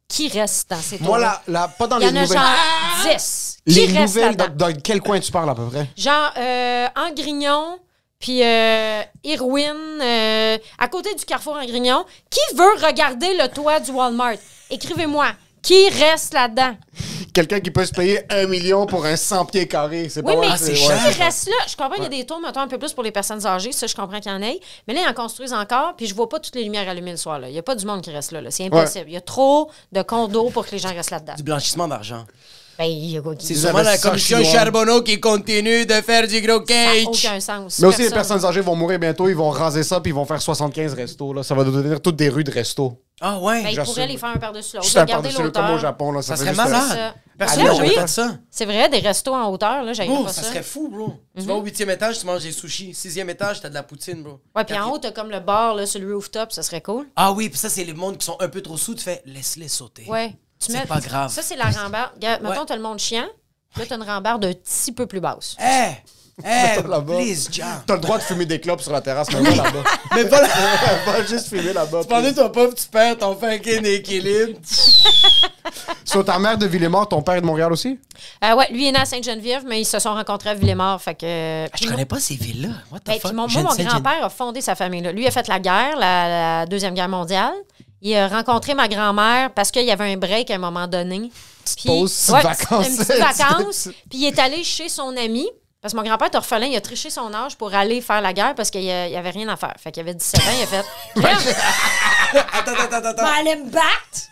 qui reste dans ces tours
Moi, là, là, pas dans
Il y
les
en a
nouvelles.
genre 10. Qui
Les
reste
nouvelles,
là-dedans?
dans, dans quel coin tu parles à peu près?
Genre euh, Angrignon, puis euh, Irwin, euh, à côté du carrefour Angrignon. Qui veut regarder le toit du Walmart? Écrivez-moi. Qui reste là-dedans?
Quelqu'un qui peut se payer un million pour un 100 pieds carrés. C'est
Oui,
pas
mais
mal,
c'est
ouais.
cher.
qui reste là? Je comprends qu'il y a des tours, mettons, un peu plus pour les personnes âgées. Ça, je comprends qu'il y en ait. Mais là, ils en construisent encore, puis je vois pas toutes les lumières allumées le soir. là. Il y a pas du monde qui reste là. là. C'est impossible. Il y a trop de condos pour que les gens restent là-dedans.
Du blanchissement d'argent.
Ben, il y a quoi
C'est
qui... Ça
sûrement la
investisseurs
commission
chinois.
Charbonneau qui continue de faire du gros
n'a
cage.
aucun sens.
Mais aussi, les
Personne.
personnes âgées vont mourir bientôt, ils vont raser ça, puis ils vont faire 75 restos. Là. Ça va devenir toutes des rues de restos.
Ah ouais.
Ben, ils
Genre
pourraient
ça.
les faire un par-dessus l'autre.
Juste un
Regardez
par-dessus le comme au
l'auteur.
Japon. Là, ça
ça
fait
serait
juste
C'est ça.
malade. Personne
Ah,
n'a
oui.
jamais fait ça.
C'est vrai, des restos en hauteur, là, j'avais
Bro,
pas
ça
ça. Mm-hmm.
serait fou, bro. Tu vas au huitième étage, tu manges des sushis. Sixième étage, t'as de la poutine, bro.
Ouais, puis en haut, t'as comme le bar, là, sur le rooftop, ça serait cool.
Ah oui, puis ça, c'est les mondes qui sont un peu trop sous. Tu fais, laisse-les sauter.
Ouais. Tu
C'est
mets-
pas grave.
Ça, c'est la rambarde. Regarde, Mettons,
Ouais.
t'as le monde chiant. Là, t'as une rambarde un petit peu plus basse.
Hé! <laughs> Hé!
là-bas.
Please, John.
T'as le droit de fumer des clopes sur la terrasse,
<laughs>
mais va là-bas.
Mais voilà!
<laughs> va juste fumer là-bas.
Tu parlais de ton pauvre, tu perds ton fucking équilibre.
Sur ta mère de Villemort, ton père est de Montréal aussi?
Euh, ouais, lui est né à Sainte-Geneviève, mais ils se sont rencontrés à Villemort. Fait que.
Ah, Je connais pas ces villes-là. What the
Ben,
fuck?
puis mon, moi,
Jensen,
mon
Jen-
grand-père a fondé sa famille. Là. Lui a fait la guerre, la, la Deuxième Guerre mondiale. Il a rencontré ma grand-mère parce qu'il y avait un break à un moment donné. Puis,
pause, petites vacances.
<laughs>
Une petite vacance. Puis il est allé chez son ami. Parce que mon grand-père est orphelin, il a triché son âge pour aller faire la guerre parce qu'il n'y avait rien à faire. Fait qu'il avait 17 ans, il
<laughs>
a fait Crème,
Attends, attends, attends,
ben,
attends.
allez me battre!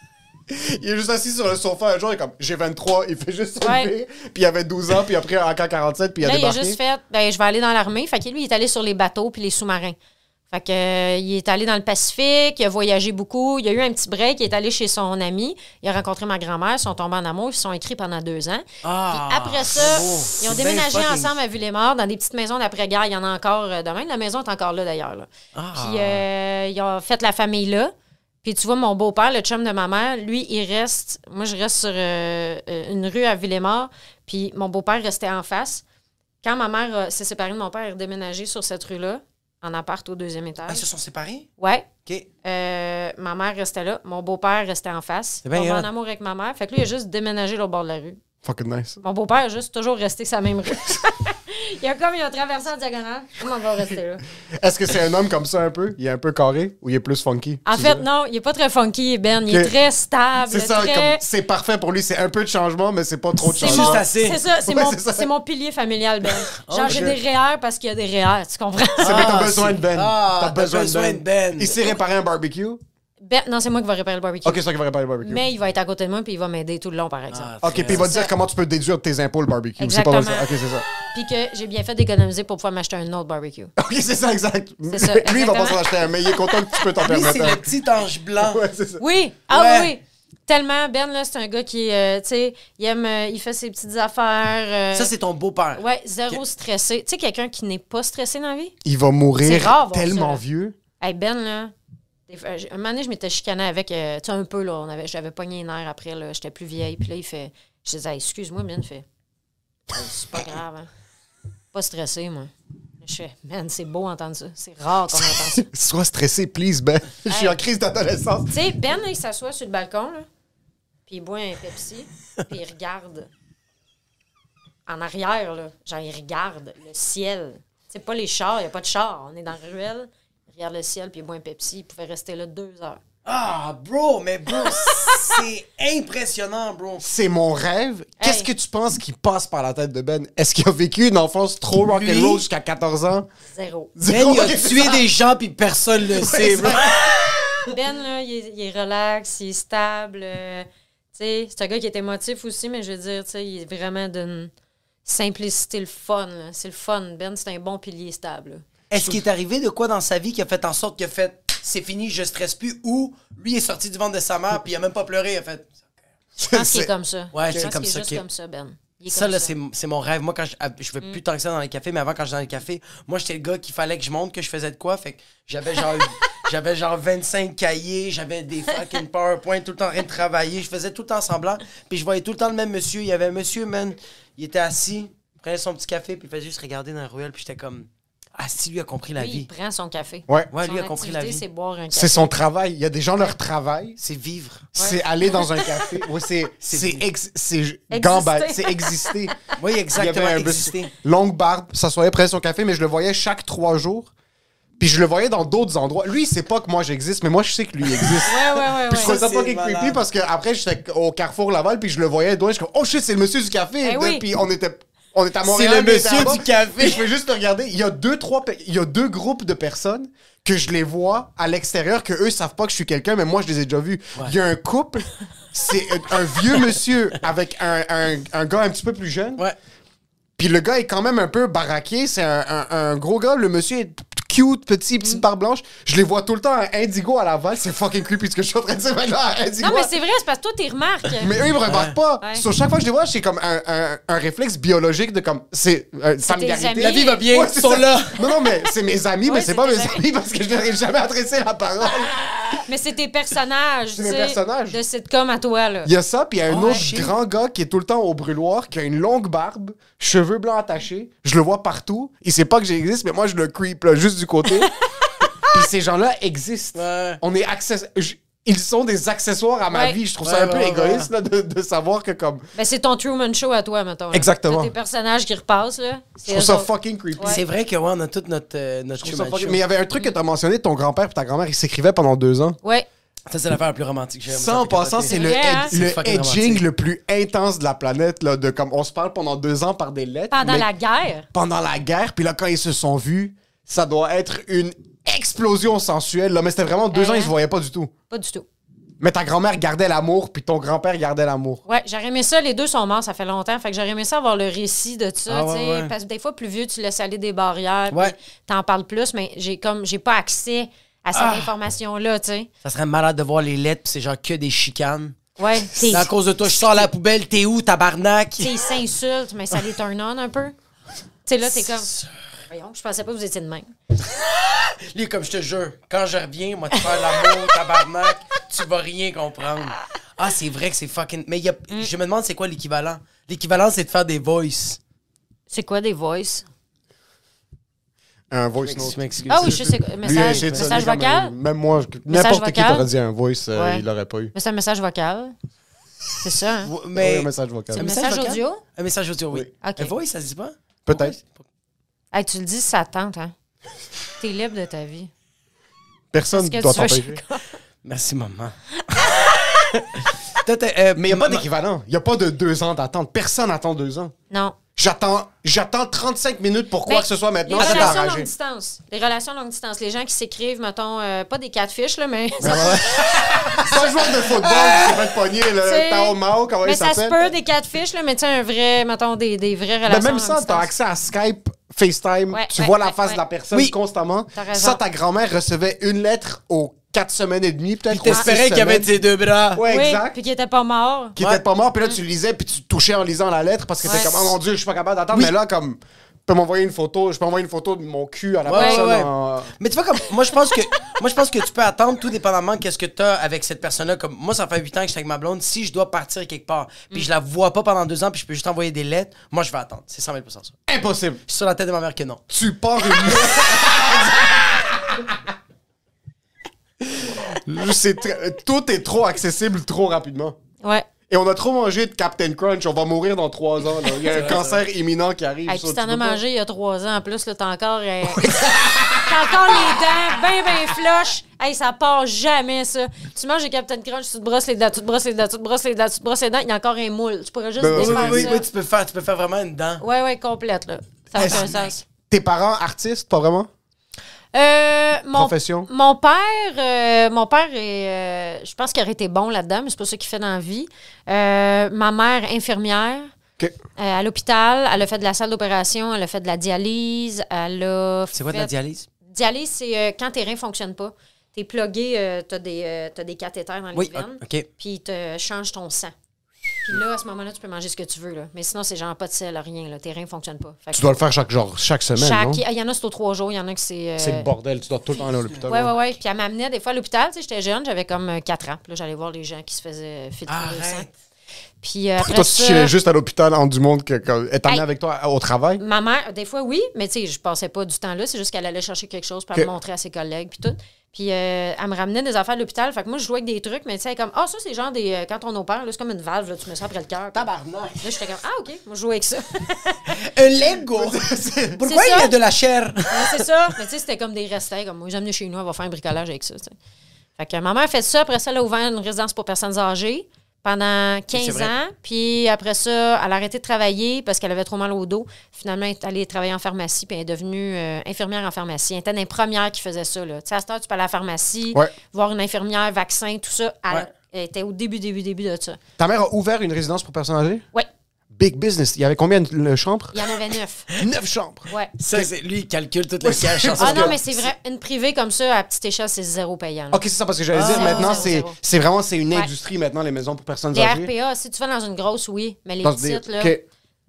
Il est juste assis sur le sofa un jour, il est comme j'ai 23, il fait juste
Ouais.
lever, puis il avait 12 ans, puis après encore 47, puis il a
Là, il a
débarqué.
juste fait ben, Je vais aller dans l'armée. Fait que lui, il est allé sur les bateaux puis les sous-marins. Fait que, euh, il est allé dans le Pacifique, il a voyagé beaucoup, il a eu un petit break, il est allé chez son ami, il a rencontré ma grand-mère, ils sont tombés en amour, ils se sont écrits pendant deux ans.
Ah,
Puis après ça,
c'est beau.
ils ont
C'est bien
déménagé
fucking-
ensemble à Villemort dans des petites maisons d'après-guerre. Il y en a encore euh, demain. La maison est encore là d'ailleurs. là.
Ah.
Puis euh, ils ont fait la famille là. Puis tu vois, mon beau-père, le chum de ma mère, lui, il reste. Moi, je reste sur euh, euh, une rue à Villemort. Puis mon beau-père restait en face. Quand ma mère euh, s'est séparée de mon père, elle a déménagé sur cette rue-là, en appart au deuxième
Ah, ils
étage.
se sont séparés?
Ouais.
OK.
Euh, ma mère restait là. Mon beau-père restait en face.
C'est bien
Il tombait en
hot.
amour avec ma mère. Fait que lui, il a juste déménagé au bord de la rue.
Fucking nice.
Mon beau-père a juste toujours resté sa même rue. <laughs> il a comme il a traversé en diagonale. Comment on va
<laughs>
rester là?
Est-ce que c'est un homme comme ça un peu? Il est un peu carré ou il est plus funky?
En
Tu
fait,
dirais?
non, il est pas très funky, Ben. Il est
Ok.
très stable.
C'est ça,
très-
comme c'est parfait pour lui, c'est un peu de changement, mais c'est pas trop de
C'est
Juste
changement.
mon,
assez.
c'est ça, c'est
Ouais,
mon,
c'est ça. Oh
c'est mon pilier familial,
<laughs>
Ben. Genre, j'ai
shit.
des REER parce qu'il y a des REER, tu comprends?
<laughs> C'est vrai,
Ah,
t'as besoin
c'est-
de Ben.
Ah,
t'as besoin, de Ben.
Ben.
Il s'est réparé un barbecue? Ok,
Ben, non, c'est moi qui vais réparer le barbecue.
c'est ça qui va réparer le barbecue.
Mais il va être à côté de moi puis il va m'aider tout le long, par exemple.
Ah,
Ok, puis il va te dire
ça.
comment tu peux déduire tes impôts le barbecue. C'est pas mal ça. Ok,
Exactement.
c'est ça.
Ah.
Puis que j'ai bien fait d'économiser pour pouvoir m'acheter un
<laughs>
autre barbecue.
Ok, c'est ça, exact.
C'est
<laughs>
ça,
Lui, il va
exactement.
pas s'en acheter un, mais il est content que tu peux t'en
Lui, c'est
permettre
le
un.
petit ange blanc.
Ouais, c'est ça.
Oui, ah
Ouais.
oui, oui. Tellement, Ben, là, c'est un gars qui, euh, tu sais, il aime, euh, il fait ses petites affaires. euh,
Ça, c'est ton beau-père.
Ouais, zéro stressé. Tu sais, quelqu'un qui n'est pas stressé dans la vie?
Il va mourir
C'est rare, voir
tellement
ça.
vieux.
Hey, ben, là, des fois, j'ai- un moment donné, je m'étais chicanée avec, euh, tu sais, un peu, là, on avait, j'avais pogné une heure après, là, j'étais plus vieille, puis là, il fait, je disais, Hey, excuse-moi, Ben, il fait, Oh, c'est pas grave, hein. Pas stressé, moi. Je fais, man, c'est beau entendre ça. C'est rare qu'on entend ça.
Sois stressé, please, Ben. <laughs> Je suis en crise d'adolescence.
tu sais, Ben, là, il s'assoit sur le balcon, là, puis il boit un Pepsi, puis il regarde. En arrière, là, genre, il regarde le ciel. C'est pas les chars, il n'y a pas de chars. On est dans la ruelle, il regarde le ciel, puis il boit un Pepsi. Il pouvait rester là deux heures.
Ah, bro, mais
<laughs>
bro, c'est impressionnant, bro.
C'est mon rêve. Qu'est-ce
Hey.
que tu penses qui passe par la tête de Ben? Est-ce qu'il a vécu une enfance trop
Lui?
rock'n'roll jusqu'à 14 ans?
Zéro.
Ben, il a
Ok,
tué des gens, puis personne le sait, bro.
Ben, là, il est, il est relax, il est stable. euh, tu sais, c'est un gars qui est émotif aussi, mais je veux dire, tu sais, il est vraiment d'une simplicité, le fun. là. C'est le fun. Ben, c'est un bon pilier stable. là.
Est-ce qu'il est arrivé de quoi dans sa vie qui a fait en sorte qu'il a fait c'est fini, je stresse plus ou lui est sorti du ventre de sa mère puis il a même pas pleuré, il a fait
Je pense qu'il est comme ça.
Ouais,
Je
c'est
pense
comme
qu'il est
ça
juste
qu'il-
comme ça, Ben. Il est
ça
comme
là c'est c'est mon rêve. Moi quand je, je vais plus tant que ça dans les cafés, mais avant quand j'étais dans les cafés, moi j'étais le gars qu'il fallait que je montre que je faisais de quoi, fait que j'avais genre j'avais genre 25 cahiers, j'avais des fucking PowerPoint tout le temps en train de travailler, je faisais tout le temps semblant, puis je voyais tout le temps le même monsieur, il y avait un monsieur man, il était assis, il prenait son petit café puis il faisait juste regarder dans la ruelle, puis j'étais comme ah si lui a compris la
Lui, il
vie.
prend son café.
Ouais.
Ouais,
Son
lui a compris la
activité,
vie.
c'est boire un
C'est
café.
son travail. Il y a des gens, leur travail,
C'est vivre.
c'est aller dans un café. Ouais,
<laughs>
c'est c'est ex- c'est gambade, c'est exister.
Oui, exactement.
Il y avait un
exister.
bus- longue barbe, s'assoyait près de son café, mais je le voyais chaque trois jours. Puis je le voyais dans d'autres endroits. Lui, il sait pas que moi j'existe, mais moi je sais que lui il existe.
Ouais, ouais, ouais.
Puis je trouvais
Ça,
ça pas
c'est
quelque creepy
malade.
parce que après j'étais au Carrefour Laval puis je le voyais loin, je suis comme oh shit, c'est le monsieur du café.
Eh oui.
Puis on était on était à Montréal.
le
il était
monsieur
là-bas.
du café.
<laughs> Puis je vais juste le regarder, il y a deux trois pe- il y a deux groupes de personnes que je les vois à l'extérieur que eux savent pas que je suis quelqu'un mais moi je les ai déjà vus. Il y a un couple, c'est un, un vieux monsieur avec un, un, un gars un petit peu plus jeune.
Ouais.
Puis le gars est quand même un peu baraqué. C'est un, un- un gros gars. Le monsieur est cute, petit, petite
Mm.
barbe blanche. Je les vois tout le temps à Indigo à Laval. C'est fucking creepy ce que je suis en train de dire maintenant à Indigo.
Non, mais c'est vrai, c'est parce que toi, t'es remarques.
Mais eux, ils me remarquent pas.
Ouais.
Sur chaque fois que je les vois, j'ai comme un, un- un réflexe biologique de comme. C'est euh,
amis.
familiarité.
La vie va
bien,
Ouais, c'est ça. Non, non, mais c'est mes amis,
Ouais,
mais c'est
c'est
pas
tes
mes
amis.
amis parce que je leur ai jamais adressé la parole.
<laughs> Mais c'est tes personnages.
C'est mes
tu sais,
personnages.
De sitcom à toi, là.
Il y a ça, puis il y a un
Oh,
autre
shit.
grand gars qui est tout le temps au brûloir, qui a une longue barbe, cheveux blancs attachés. Je le vois partout. Il sait pas que j'existe, mais moi, je le creep, là, juste du
<laughs>
côté. puis ces gens-là
<laughs>
existent.
Ouais.
On est access... je- Ils sont des accessoires à ma
Ouais.
vie. Je trouve
Ouais,
ça un
ouais,
peu
ouais,
égoïste là, de, de savoir que comme...
Ben, c'est ton Truman Show à toi, mettons. là.
Exactement.
T'as tes personnages qui repassent, là.
Je trouve ça fucking creepy.
Ouais.
C'est vrai que ouais, on a toute notre, euh, notre
Je trouve ça
Truman
fucking-
Show.
Mais il y avait un truc que t'as mentionné, ton grand-père et ta grand-mère, ils s'écrivaient pendant deux ans.
Ouais.
Ça, c'est l'affaire la plus romantique que j'ai jamais
Ça, en
entendu
passant,
capoter.
c'est
C'est
le,
vrai,
ed-
hein?
C'est
le
fucking romantique.
edging le plus intense de la planète, là, de comme on se parle pendant deux ans par des lettres.
Pendant
mais
la guerre.
pendant la guerre, puis là, quand ils se sont vus, ça doit être une explosion sensuelle. Là. Mais c'était vraiment deux
Hein?
ans, ils se voyaient pas du tout.
Pas du tout.
Mais ta grand-mère gardait l'amour, puis ton grand-père gardait l'amour.
Ouais, j'aurais aimé ça. Les deux sont morts, ça fait longtemps. Fait que j'aurais aimé ça avoir le récit de ça.
Ah ouais,
tu sais,
ouais.
Parce que des fois, plus vieux, tu laisses aller des barrières.
Ouais.
puis T'en parles plus, mais j'ai comme j'ai pas accès
Ah.
à cette information-là, tu sais.
Ça serait malade de voir les lettres, puis c'est genre que des chicanes. <laughs>
Ouais. t'es-
C'est à cause de toi, je sors la poubelle, t'es où, tabarnak?
Tu sais, ils s'insultent, mais ça les turn on un peu. Tu sais, là, t'es comme. Voyons, je pensais pas que vous étiez de même.
<laughs> Lui, comme je te jure, quand je reviens, moi, tu faire l'amour, <laughs> tabarnak, tu vas rien comprendre. Ah, c'est vrai que c'est fucking. Mais il y a-
Mm.
je me demande, c'est quoi l'équivalent? L'équivalent, c'est de faire des voices.
C'est quoi des voices?
Un voice note.
Je m'excuse.
Ah oui, je sais quoi.
Lui,
Message,
j'ai dit ça,
message
lui, quand
vocal?
même. Même moi, je- n'importe qui
vocal?
t'aurait dit un voice, euh,
Ouais.
il l'aurait pas eu.
Mais c'est un message vocal. C'est ça, hein?
Oui,
Mais.
un message vocal.
C'est
Un
un
message
message
vocal?
audio?
Un message audio, oui.
Oui. Ok.
Un voice, ça se dit pas?
Peut-être.
Hey, tu le dis, ça tente, hein? T'es libre de ta vie.
Personne
Est-ce
ne
que
doit
tu veux-
t'empêcher. <laughs>
Merci, maman. <laughs> Toi, t'es, euh,
Mais il n'y a pas
ma-
d'équivalent. Il n'y a pas de deux ans d'attente. Personne n'attend deux ans.
Non.
J'attends j'attends 35 minutes pour quoi
Ben,
que ce soit maintenant.
Les
Je suis
relations longue
enragé.
distance. Les relations longue distance. Les gens qui s'écrivent, mettons, euh, pas des catfish, là, mais.
C'est un joueur de football qui s'est fait pogner,
<laughs> T'sais,
le Tao Mao, comment
mais
il
ça
s'appelle.
se peut, des catfish, là, mais tu sais, un vrai, mettons, des, des vraies
Mais
relations.
Ben, même
longue
ça,
distance.
t'as accès à Skype, FaceTime,
Ouais,
tu
ouais,
vois la
ouais,
face
ouais.
de la personne
Oui.
constamment.
T'as raison.
Ça, ta grand-mère recevait une lettre aux quatre semaines et demie, peut-être. aux six
T'espérais qu'il y avait
semaines.
de ses deux bras.
Ouais,
Oui,
exact.
puis qui était pas mort.
Qui
Ouais.
était pas mort, puis là, tu lisais, puis tu touchais en lisant la lettre parce que
Ouais.
t'es comme, oh mon Dieu, je suis pas capable d'attendre. Mais là, comme, tu peux m'envoyer une photo, je peux envoyer une photo de mon cul à la
Ouais,
personne.
ouais.
en-
Mais tu vois, comme, moi, je pense que, moi, je pense que tu peux attendre tout dépendamment qu'est-ce que t'as avec cette personne-là. Comme, moi, ça fait 8 ans que je suis avec ma blonde. Si je dois partir quelque part, puis je la vois pas pendant deux ans, puis je peux juste envoyer des lettres, moi, je vais attendre. C'est 100 000 ça. Je
Impossible.
suis sur la tête de ma mère que non.
Tu pars une. C'est tr- Tout est trop accessible trop rapidement.
Ouais.
Et on a trop mangé de Captain Crunch, on va mourir dans trois ans. là. Il y a un cancer imminent qui arrive.
Et
ça,
puis
tu
t'en
peux
as
pas.
mangé il y a trois ans en plus, là, t'as encore. euh, <laughs> t'as encore les dents ben ben floches. Hey, ça part jamais, ça. Tu manges le Captain Crunch, tu te brosses les dents, tu te brosses les dents, tu te brosses les dents, tu te brosses les dents, il y a encore un moule. Tu pourrais juste
Ben, oui,
Oui,
défaire
oui,
ça.
oui, tu peux faire, tu peux faire vraiment une dent.
Ouais, ouais, complète, là. Ça n'a aucun sens.
Tes parents artistes, pas vraiment?
Euh, mon,
Profession.
mon père, euh, mon père est, euh, je pense qu'il aurait été bon là-dedans, mais c'est pas ça qu'il fait dans la vie. Euh, ma mère, infirmière.
OK.
euh, à l'hôpital, elle a fait de la salle d'opération, elle a fait de la dialyse, elle a
C'est quoi de
fait-
la dialyse?
Dialyse, c'est euh, quand tes reins ne fonctionnent pas. T'es plugué, euh, t'as des, euh, t'as des cathéters dans les
Oui,
veines,
ok.
puis ils te changent ton sang. Puis là, à ce moment-là, tu peux manger ce que tu veux. Là. Mais sinon, c'est genre pas de sel, rien. Là. Tes reins ne fonctionnent pas. Fait que
Tu dois le faire chaque, genre, chaque semaine, non?
chaque- Ah, Il y en a, c'est aux trois jours. Il y en a que c'est... euh,
C'est le bordel. Tu dois tout le temps aller à l'hôpital.
Ouais, ouais, ouais. Puis elle m'amenait des fois à l'hôpital. Tu sais, j'étais jeune, j'avais comme euh, 4 ans. Puis là, j'allais voir les gens qui se faisaient filtrer le sang.
Arrête.
Puis euh, après
Toi, tu
ça,
chillais juste à l'hôpital en du monde que, que est amené
Hey.
avec toi au travail.
ma mère, des fois, oui, mais tu sais, je passais pas du temps là. C'est juste qu'elle allait chercher quelque chose pour
Que-
me montrer à ses collègues, puis tout. Puis euh, elle me ramenait des affaires à l'hôpital. Fait que moi, je jouais avec des trucs, mais tu sais, elle est comme, ah, ça, c'est genre des. euh, Quand on opère, là, c'est comme une valve, là, tu me sens après le cœur. Là,
Tabarnak.
j'étais comme, ah, OK, moi, je jouais avec ça.
Un Lego. Pourquoi
C'est
il y a
ça.
de la chair?
Ouais, c'est ça. Mais tu sais, c'était comme des restants. Comme moi, j'ai amené chez nous, on va faire un bricolage avec ça. tu sais. Fait que ma mère a fait ça. Après ça, elle a ouvert une résidence pour personnes âgées pendant
c'est
15
vrai.
ans. Puis après ça, elle a arrêté de travailler parce qu'elle avait trop mal au dos. Finalement, elle est allée travailler en pharmacie. Puis elle est devenue euh, infirmière en pharmacie. Elle était une infirmière qui faisait ça. Là. Tu sais, à cette heure, tu peux aller à la pharmacie,
Ouais.
voir une infirmière, vaccin, tout ça. Elle,
Ouais.
elle était au début, début, début de ça.
Ta mère a ouvert une résidence pour personnes âgées?
Oui,
Big business. Il y avait combien de de chambres?
il y en avait neuf.
Neuf chambres.
Ouais.
Ça, c'est lui, il calcule tout le cash. en
Ah
sorte
non,
que-
mais c'est vrai, une privée comme ça, à petite échelle, c'est zéro payant. là.
Mm. OK, c'est ça, parce que j'allais dire,
zéro,
maintenant,
Ah, zéro,
c'est
zéro.
c'est vraiment, c'est une
Ouais.
industrie, maintenant, les maisons pour personnes
Les
âgées.
RPA, si tu vas dans une grosse, oui. Mais les
Dans des-
petites, là.
que-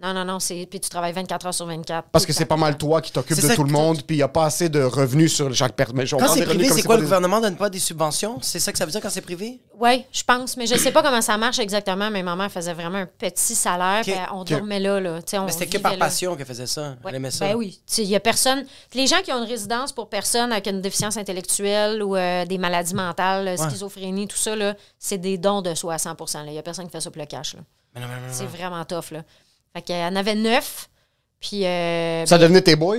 Non, non, non. c'est- Puis tu travailles 24 heures sur 24.
Parce
tout
que
le
c'est
temps.
pas mal toi qui t'occupes
C'est
de
ça
tout le
qui-
monde, puis il n'y a pas assez de revenus sur chaque personne. Mais je- on
Quand
parle
c'est
des revenus
privé,
comme
c'est
si
quoi le
c'était pas
gouvernement donne pas des subventions? C'est ça que ça veut dire quand c'est privé?
Oui, je pense. Mais je sais pas comment ça marche exactement. Mais maman faisait vraiment un petit salaire.
Ok,
puis on
ok.
dormait là. là. Tu sais, on
Mais c'était que
vivait
par
là.
passion qu'elle faisait ça.
Ouais.
Elle aimait ça.
Ben oui. Tu sais, Il y a personne. Les gens qui ont une résidence pour personnes avec une déficience intellectuelle ou euh, des maladies mentales, euh, schizophrénie, tout ça, là, c'est des dons de soi à 100 là. Il y a personne qui fait ça pour le cash. là.
Mais non, mais non, mais non.
C'est vraiment tough. Là. Fait qu'elle en avait neuf. Puis. euh,
des- Ça devenait tes boys?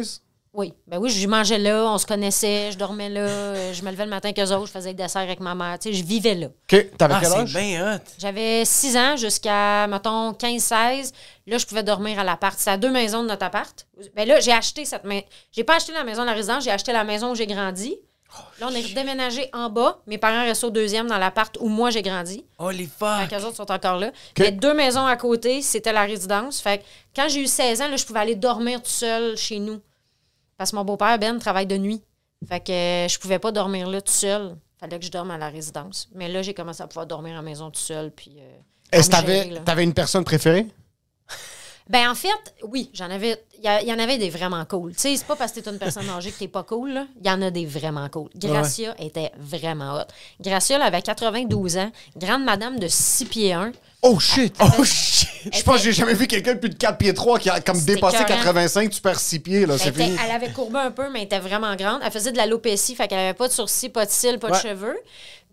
Oui, ben oui, je mangeais là, on se connaissait, je dormais là, euh, je me levais le matin qu'eux autres, je faisais le dessert avec ma mère, tu sais, je vivais là.
OK. T'avais
Ah,
quel
c'est
âge?
bien hot.
J'avais 6 ans jusqu'à, mettons, 15-16. Là, je pouvais dormir à l'appart. C'est à deux maisons de notre appart. Ben là, j'ai acheté cette maison. J'ai pas acheté la maison de la résidence, j'ai acheté la maison où j'ai grandi. Là, on est redéménagé en bas. Mes parents restent au deuxième dans l'appart où moi j'ai grandi.
Oh, les
Fait
fuck.
qu'eux autres sont encore là. Les deux maisons à côté, c'était la résidence. Fait que quand j'ai eu 16 ans, là, je pouvais aller dormir tout seul chez nous. Parce que mon beau-père, Ben, travaille de nuit. Fait que euh, je pouvais pas dormir là tout seul. Fallait que je dorme à la résidence. Mais là, j'ai commencé à pouvoir dormir à la maison tout seul. Puis, euh, à
Est-ce que
me gérer,
t'avais
là.
t'avais une personne préférée?
Ben, en fait, oui, j'en avais. Il y, a- il y en avait des vraiment cool. Tu sais, c'est pas parce que t'es une personne âgée que t'es pas cool, là. Il y en a des vraiment cool. Gracia était vraiment hot. Gracia, elle avait 92 ans. Grande madame de 6 pieds 1.
Oh <laughs> shit!
Oh, shit.
Je pense que j'ai jamais vu quelqu'un de plus de 4 pieds 3 qui a comme
C'était
dépassé
écœurant.
85, tu perds 6 pieds, là, c'est
Elle, était-
fini.
Ben, elle avait courbé un peu, mais elle était vraiment grande. Elle faisait de l'alopécie, fait qu'elle avait pas de sourcils, pas de cils, pas
Ouais.
de cheveux.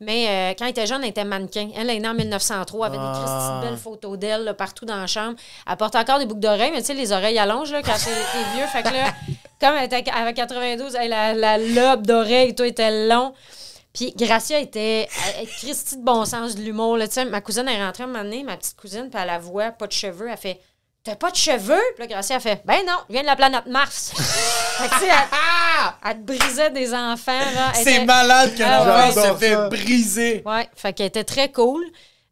Mais euh, quand elle était jeune, elle était mannequin. Elle elle est née en 1903, elle avait des
Ah.
Christy de belles photos d'elle là, partout dans la chambre. Elle portait encore des boucles d'oreilles, mais tu sais, les oreilles allongent là, quand t'es t'es vieux. Fait que
<laughs>
là, comme elle était avec 92, elle, la, la lobe d'oreille, tout était long. Puis Gracia était elle- elle- Christy de bon sens, de l'humour. là, tu sais. Ma cousine est rentrée un moment donné, ma petite cousine, puis elle la voit, pas de cheveux. Elle fait T'as pas de cheveux? Puis là, Gracia elle fait Ben non, je viens de la planète Mars. <laughs> fait que, tu sais, elle,
<laughs>
elle te brisait des enfants. là. Elle
C'est
était-
malade que
Ah,
l'enfant
ouais.
se fait
J'adore ça.
briser.
Ouais, fait qu'elle était très cool.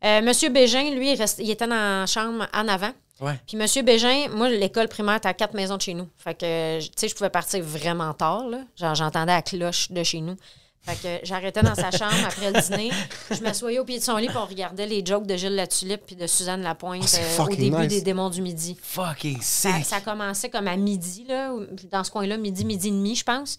Euh, Monsieur Bégin, lui, il, reste- il était dans la chambre en avant.
Ouais.
Puis Monsieur Bégin, moi, l'école primaire était à quatre maisons de chez nous. Fait que, tu sais, je pouvais partir vraiment tard, là. Genre, j'entendais la cloche de chez nous. Fait que j'arrêtais dans sa chambre après le dîner. Je m'assoyais au pied de son lit, puis on regardait les jokes de Gilles Latulippe puis de Suzanne Lapointe
Oh, c'est
euh, au
fucking
début
nice.
des démons du midi.
Fucking
Ça,
sick.
ça commençait comme à midi, là, ou- dans ce coin-là, midi, midi et demi, je pense.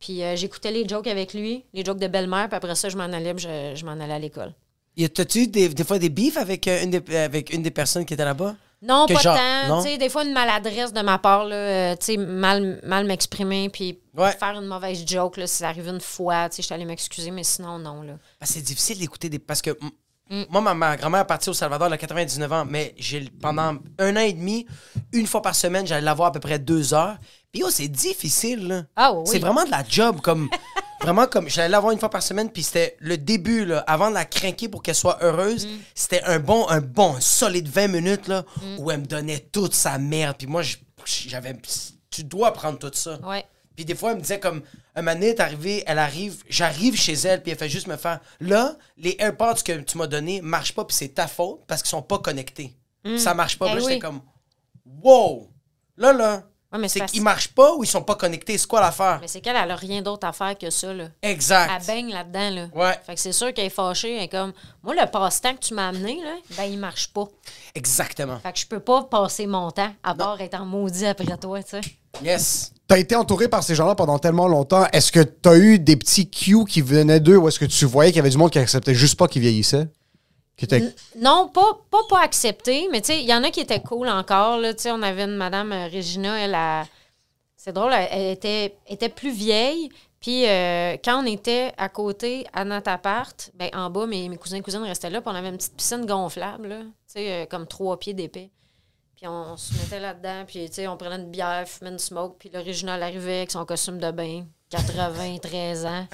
Puis euh, j'écoutais les jokes avec lui, les jokes de belle-mère, puis après ça, je m'en allais, puis je, je m'en allais à l'école.
Y a- T'as-tu des, des fois des beefs avec, euh, une des- avec une des personnes qui était là-bas?
Non,
Que
pas
genre, non?
tant. Tu sais, des fois, une maladresse de ma part, là, euh, tu sais, mal, mal m'exprimer, puis
Ouais.
faire une mauvaise joke, là, c'est arrivé une fois, tu sais, je suis allée m'excuser, mais sinon, non, là.
Ben, c'est difficile d'écouter des. Parce que m-
Mm.
moi, ma, ma grand-mère est partie au Salvador, elle a 99 ans, mais j'ai pendant un an et demi, une fois par semaine, j'allais la voir à peu près deux heures. Puis yo, c'est difficile, là.
Ah oui.
C'est vraiment de la job, comme. <laughs> vraiment comme. J'allais la voir une fois par semaine, puis c'était le début, là. Avant de la craquer pour qu'elle soit heureuse,
Mm.
c'était un bon, un bon, un solide 20 minutes, là,
Mm. Ah
où elle me donnait toute sa merde. Puis moi, je- j'avais. Tu dois prendre tout ça.
Ouais.
Puis des fois, elle me disait comme, un moment donné, t'es arrivé, elle arrive, j'arrive chez elle, puis elle fait juste me faire, là, les AirPods que tu m'as donnés marchent pas, puis c'est ta faute parce qu'ils sont pas connectés. Ça marche pas.
Eh
Puis là,
oui.
j'étais comme, wow, là, là,
Ouais, mais c'est
c'est
parce-
qu'ils marchent pas ou ils sont pas connectés, c'est quoi l'affaire?
Mais Ah ben. c'est qu'elle, elle a rien d'autre à faire que ça, là. Elle
Exact.
baigne là-dedans, là.
Ouais.
Fait que c'est sûr qu'elle est fâchée. Elle est comme, moi, le passe-temps que tu m'as amené, là, ben, il marche pas.
Exactement.
Fait que je peux pas passer mon temps à part être en maudit après toi, tu sais.
Yes.
T'as été entouré par ces gens-là pendant tellement longtemps. Est-ce que t'as eu des petits cues qui venaient d'eux ou est-ce que tu voyais qu'il y avait du monde qui acceptait juste pas qu'ils vieillissaient? Qui était-
Mm.
Non, pas, pas, pas accepté, mais tu sais, il y en a qui étaient cool encore. Là, Tu sais, on avait une madame euh, Régina, elle a. C'est drôle, elle, elle était, était plus vieille. Puis euh, quand on était à côté, à notre appart, ben, en bas, mes, mes cousins et cousines restaient là, puis on avait une petite piscine gonflable, là, tu sais, euh, comme trois pieds d'épais. Puis on, on se mettait là-dedans, puis tu sais, on prenait une bière, fumait une smoke, puis le Régina, elle arrivait avec son costume de bain, 93 ans.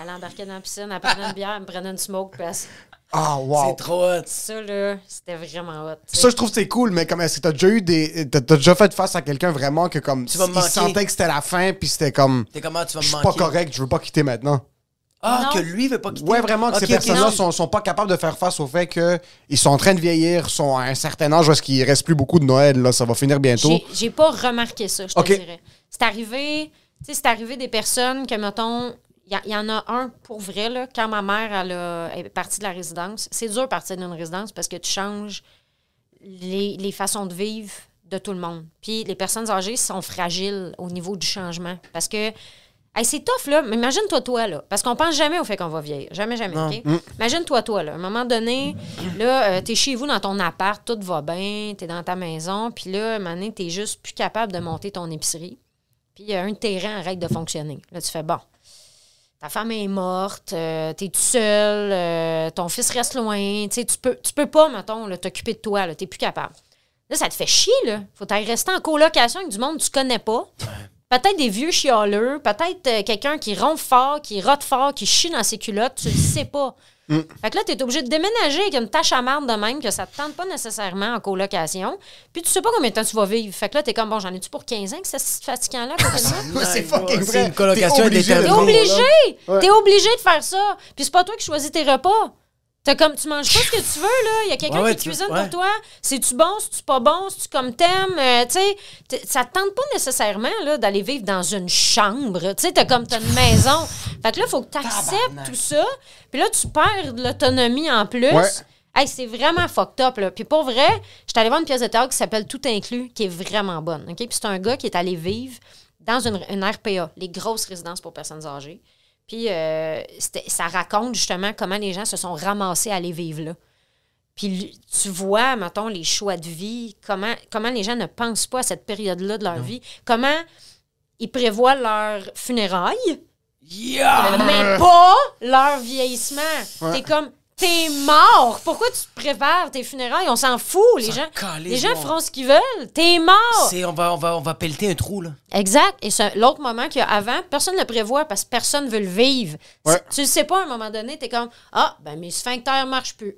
Elle embarquait dans la piscine, elle prenait une bière, elle me prenait une smoke, puis elle se-
Ah, wow!
C'est trop hot.
ça, là, c'était vraiment hot. tu sais.
Ça, je trouve que c'est cool, mais comme est-ce que t'as déjà eu des. T'as t'as déjà fait face à quelqu'un vraiment que comme.
Tu vas me
il
manquer.
sentait que c'était la fin, puis c'était comme.
T'es comment tu vas
Je
me
suis
manquer?
pas correct, je veux pas quitter maintenant.
Ah,
Non.
que lui veut pas quitter.
Ouais, vraiment, que
Ok,
ces
ok,
personnes-là
non.
sont, sont pas capables de faire face au fait que ils sont en train de vieillir, sont à un certain âge, parce qu'il reste plus beaucoup de Noël, là, ça va finir bientôt.
J'ai- J'ai pas remarqué ça, je te
Ok.
dirais. C'est arrivé, tu sais, c'est arrivé des personnes que, mettons, il y a- il y, en a un pour vrai, là, quand ma mère elle a- elle est partie de la résidence. C'est dur de partir d'une résidence parce que tu changes les, les façons de vivre de tout le monde. Puis les personnes âgées sont fragiles au niveau du changement parce que. hey, c'est tough, là. Mais imagine-toi, toi, là. Parce qu'on pense jamais au fait qu'on va vieillir. Jamais, jamais. OK? Imagine-toi, toi, là. À un moment donné, là, euh, t'es chez vous dans ton appart, tout va bien, t'es dans ta maison. Puis là, à un moment donné, t'es juste plus capable de monter ton épicerie. Puis il y a un terrain arrête de fonctionner. Là, tu fais bon. Ta femme est morte, euh, t'es tout seul, euh, ton fils reste loin. Tu sais, tu peux, tu peux pas, mettons, là, t'occuper de toi, là, t'es plus capable. Là, ça te fait chier, là. Faut t'aller rester en colocation avec du monde que tu connais pas. Peut-être des vieux chialeux, peut-être euh, quelqu'un qui ronfle fort, qui rote fort, qui chie dans ses culottes, tu le sais pas. Fait que là, t'es obligé de déménager avec une tâche à marde de même que ça te tente pas nécessairement en colocation. Puis tu sais pas combien de temps tu vas vivre. Fait que là, t'es comme, bon, j'en ai-tu pour 15 ans que c'est si fatigant-là? à côté de moi?
Ouais, <laughs> c'est fucking
C'est
vrai.
une colocation
T'es obligé
indéterminée.
de
T'es
prendre, là.
obligé! T'es obligé de faire ça! Puis c'est pas toi qui choisis tes repas. T'as comme, tu manges pas ce que tu veux, là. Il y a quelqu'un
Ouais, ouais,
qui
tu-
cuisine
ouais.
pour toi. C'est-tu bon, c'est-tu pas bon, c'est-tu comme t'aimes? Euh, tu sais, t- ça te tente pas nécessairement, là, d'aller vivre dans une chambre. Tu sais, t'as comme, t'as une maison. Fait que là, faut que t'acceptes
Tabarnak.
tout ça. Puis là, tu perds de l'autonomie en plus.
Ouais.
Hey, c'est vraiment fucked up, là. Puis pour vrai, j'étais allée voir une pièce de théâtre qui s'appelle Tout inclus, qui est vraiment bonne, OK? Puis c'est un gars qui est allé vivre dans une, une RPA, les grosses résidences pour personnes âgées. Puis euh, c'était- ça raconte justement comment les gens se sont ramassés à aller vivre là. Puis lui- tu vois, mettons, les choix de vie, comment, comment les gens ne pensent pas à cette période-là de leur vie, comment ils prévoient leur funérailles,
Yeah!
mais pas leur vieillissement. T'es comme, t'es mort. Pourquoi tu te prépares tes funérailles? On s'en fout. Les
s'en
gens,
calisse,
les gens
moi.
feront ce qu'ils veulent. T'es mort.
C'est- On va, on, va, on va pelleter un trou, là.
Exact. Et ce- l'autre moment qu'il y a avant, personne ne le prévoit parce que personne ne veut le vivre.
Ouais.
Tu le sais pas, à un moment donné, t'es comme, ah, ben mes sphincters marchent plus.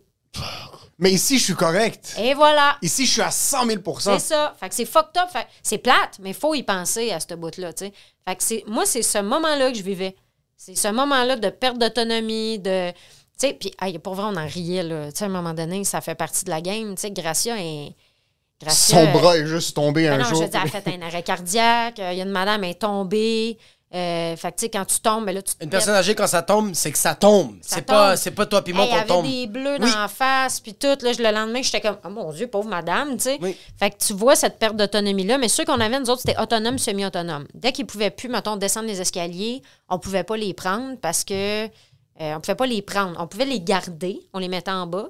Mais ici, je suis correct.
Et voilà.
Ici, je suis à 100 000
C'est ça. Fait que c'est fucked up. Fait que c'est plate, mais faut y penser à ce bout-là, tu sais. Fait que c'est, moi, c'est ce moment-là que je vivais. C'est ce moment-là de perte d'autonomie, de... Tu sais, puis hey, pour vrai, on en riait, là. Tu sais, à un moment donné, ça fait partie de la game. Tu sais, Gracia est... Gracia,
Son
euh,
bras est juste tombé
ben
un
non,
jour. <laughs>
je dis, elle a fait un arrêt cardiaque. euh, Il y a une madame, elle est tombée. Euh, fait que, tu sais, quand tu tombes, ben là, tu te
Une
pètes.
personne âgée, quand ça tombe, c'est que ça tombe.
Ça
C'est pas,
tombe.
c'est pas toi puis moi
Hey,
qu'on
avait
tombe.
des bleus
Oui.
dans la face, puis tout. Là, je- le lendemain, j'étais comme, oh mon Dieu, pauvre madame, tu sais.
Oui.
Fait que tu vois cette perte d'autonomie-là. Mais ceux qu'on avait, nous autres, c'était autonome, semi-autonome. Dès qu'ils pouvaient plus, mettons, descendre les escaliers, on pouvait pas les prendre parce que. euh, on pouvait pas les prendre. On pouvait les garder, on les mettait en bas,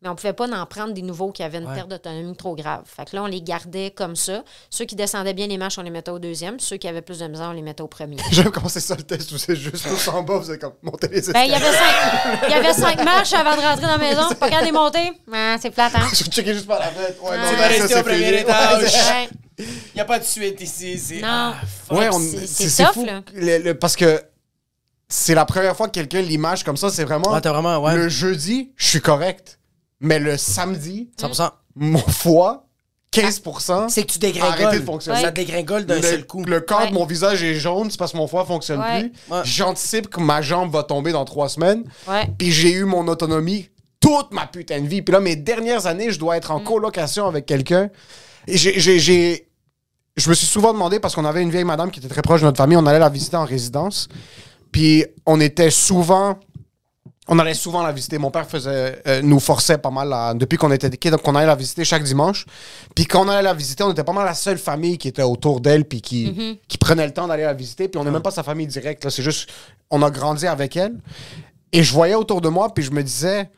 mais on pouvait pas en prendre des nouveaux qui avaient une
Ouais.
perte d'autonomie trop grave. Fait que là, on les gardait comme ça. Ceux qui descendaient bien les marches, on les mettait au deuxième. Ceux qui avaient plus de misère, on les mettait au premier.
J'aime comment c'est ça le test où c'est juste tous en bas, vous êtes comme monter les
Ben, il y
escaliers. <laughs>
avait cinq, il y avait cinq marches avant de rentrer dans la maison. Faut Pas regarder monter. Ah, c'est plate, hein?
Je vais checker juste par la fenêtre. Ouais, non,
Tu
Tu vas
vas
ça,
rester
c'est
au premier
fini.
étage. <laughs>
Ouais, c'est-
Ouais.
Il n'y a pas de suite ici. c'est-
Non.
Ah, fuck.
Ouais, on-
c'est- c'est
c'est c'est
tough,
fou.
là.
Le- le- parce que c'est la première fois que quelqu'un l'image comme ça, c'est vraiment
Ouais, t'as vraiment, ouais.
le jeudi, je suis correct. Mais le samedi,
100%.
mon foie 15
C'est que tu
Arrêtez de
dégringoles.
fonctionner.
Ça dégringole d'un seul coup.
le, le corps
Ouais.
de mon visage est jaune, c'est parce que mon foie fonctionne
Ouais.
plus.
Ouais.
J'anticipe que ma jambe va tomber dans trois semaines.
Ouais.
Puis j'ai eu mon autonomie toute ma putain de vie. Puis là, mes dernières années, je dois être
Mm.
en colocation avec quelqu'un. Et j'ai- j'ai- j'ai- Je me suis souvent demandé, parce qu'on avait une vieille madame qui était très proche de notre famille, on allait la visiter en résidence. Puis on était souvent on allait souvent la visiter. Mon père faisait, euh, nous forçait pas mal à- depuis qu'on était des kids, donc on allait la visiter chaque dimanche. Puis quand on allait la visiter, on était pas mal la seule famille qui était autour d'elle, puis qui,
Mhm.
qui prenait le temps d'aller la visiter. Puis on n'est
Ah.
même pas sa famille directe, là. c'est juste, on a grandi avec elle. Et je voyais autour de moi, puis je me disais,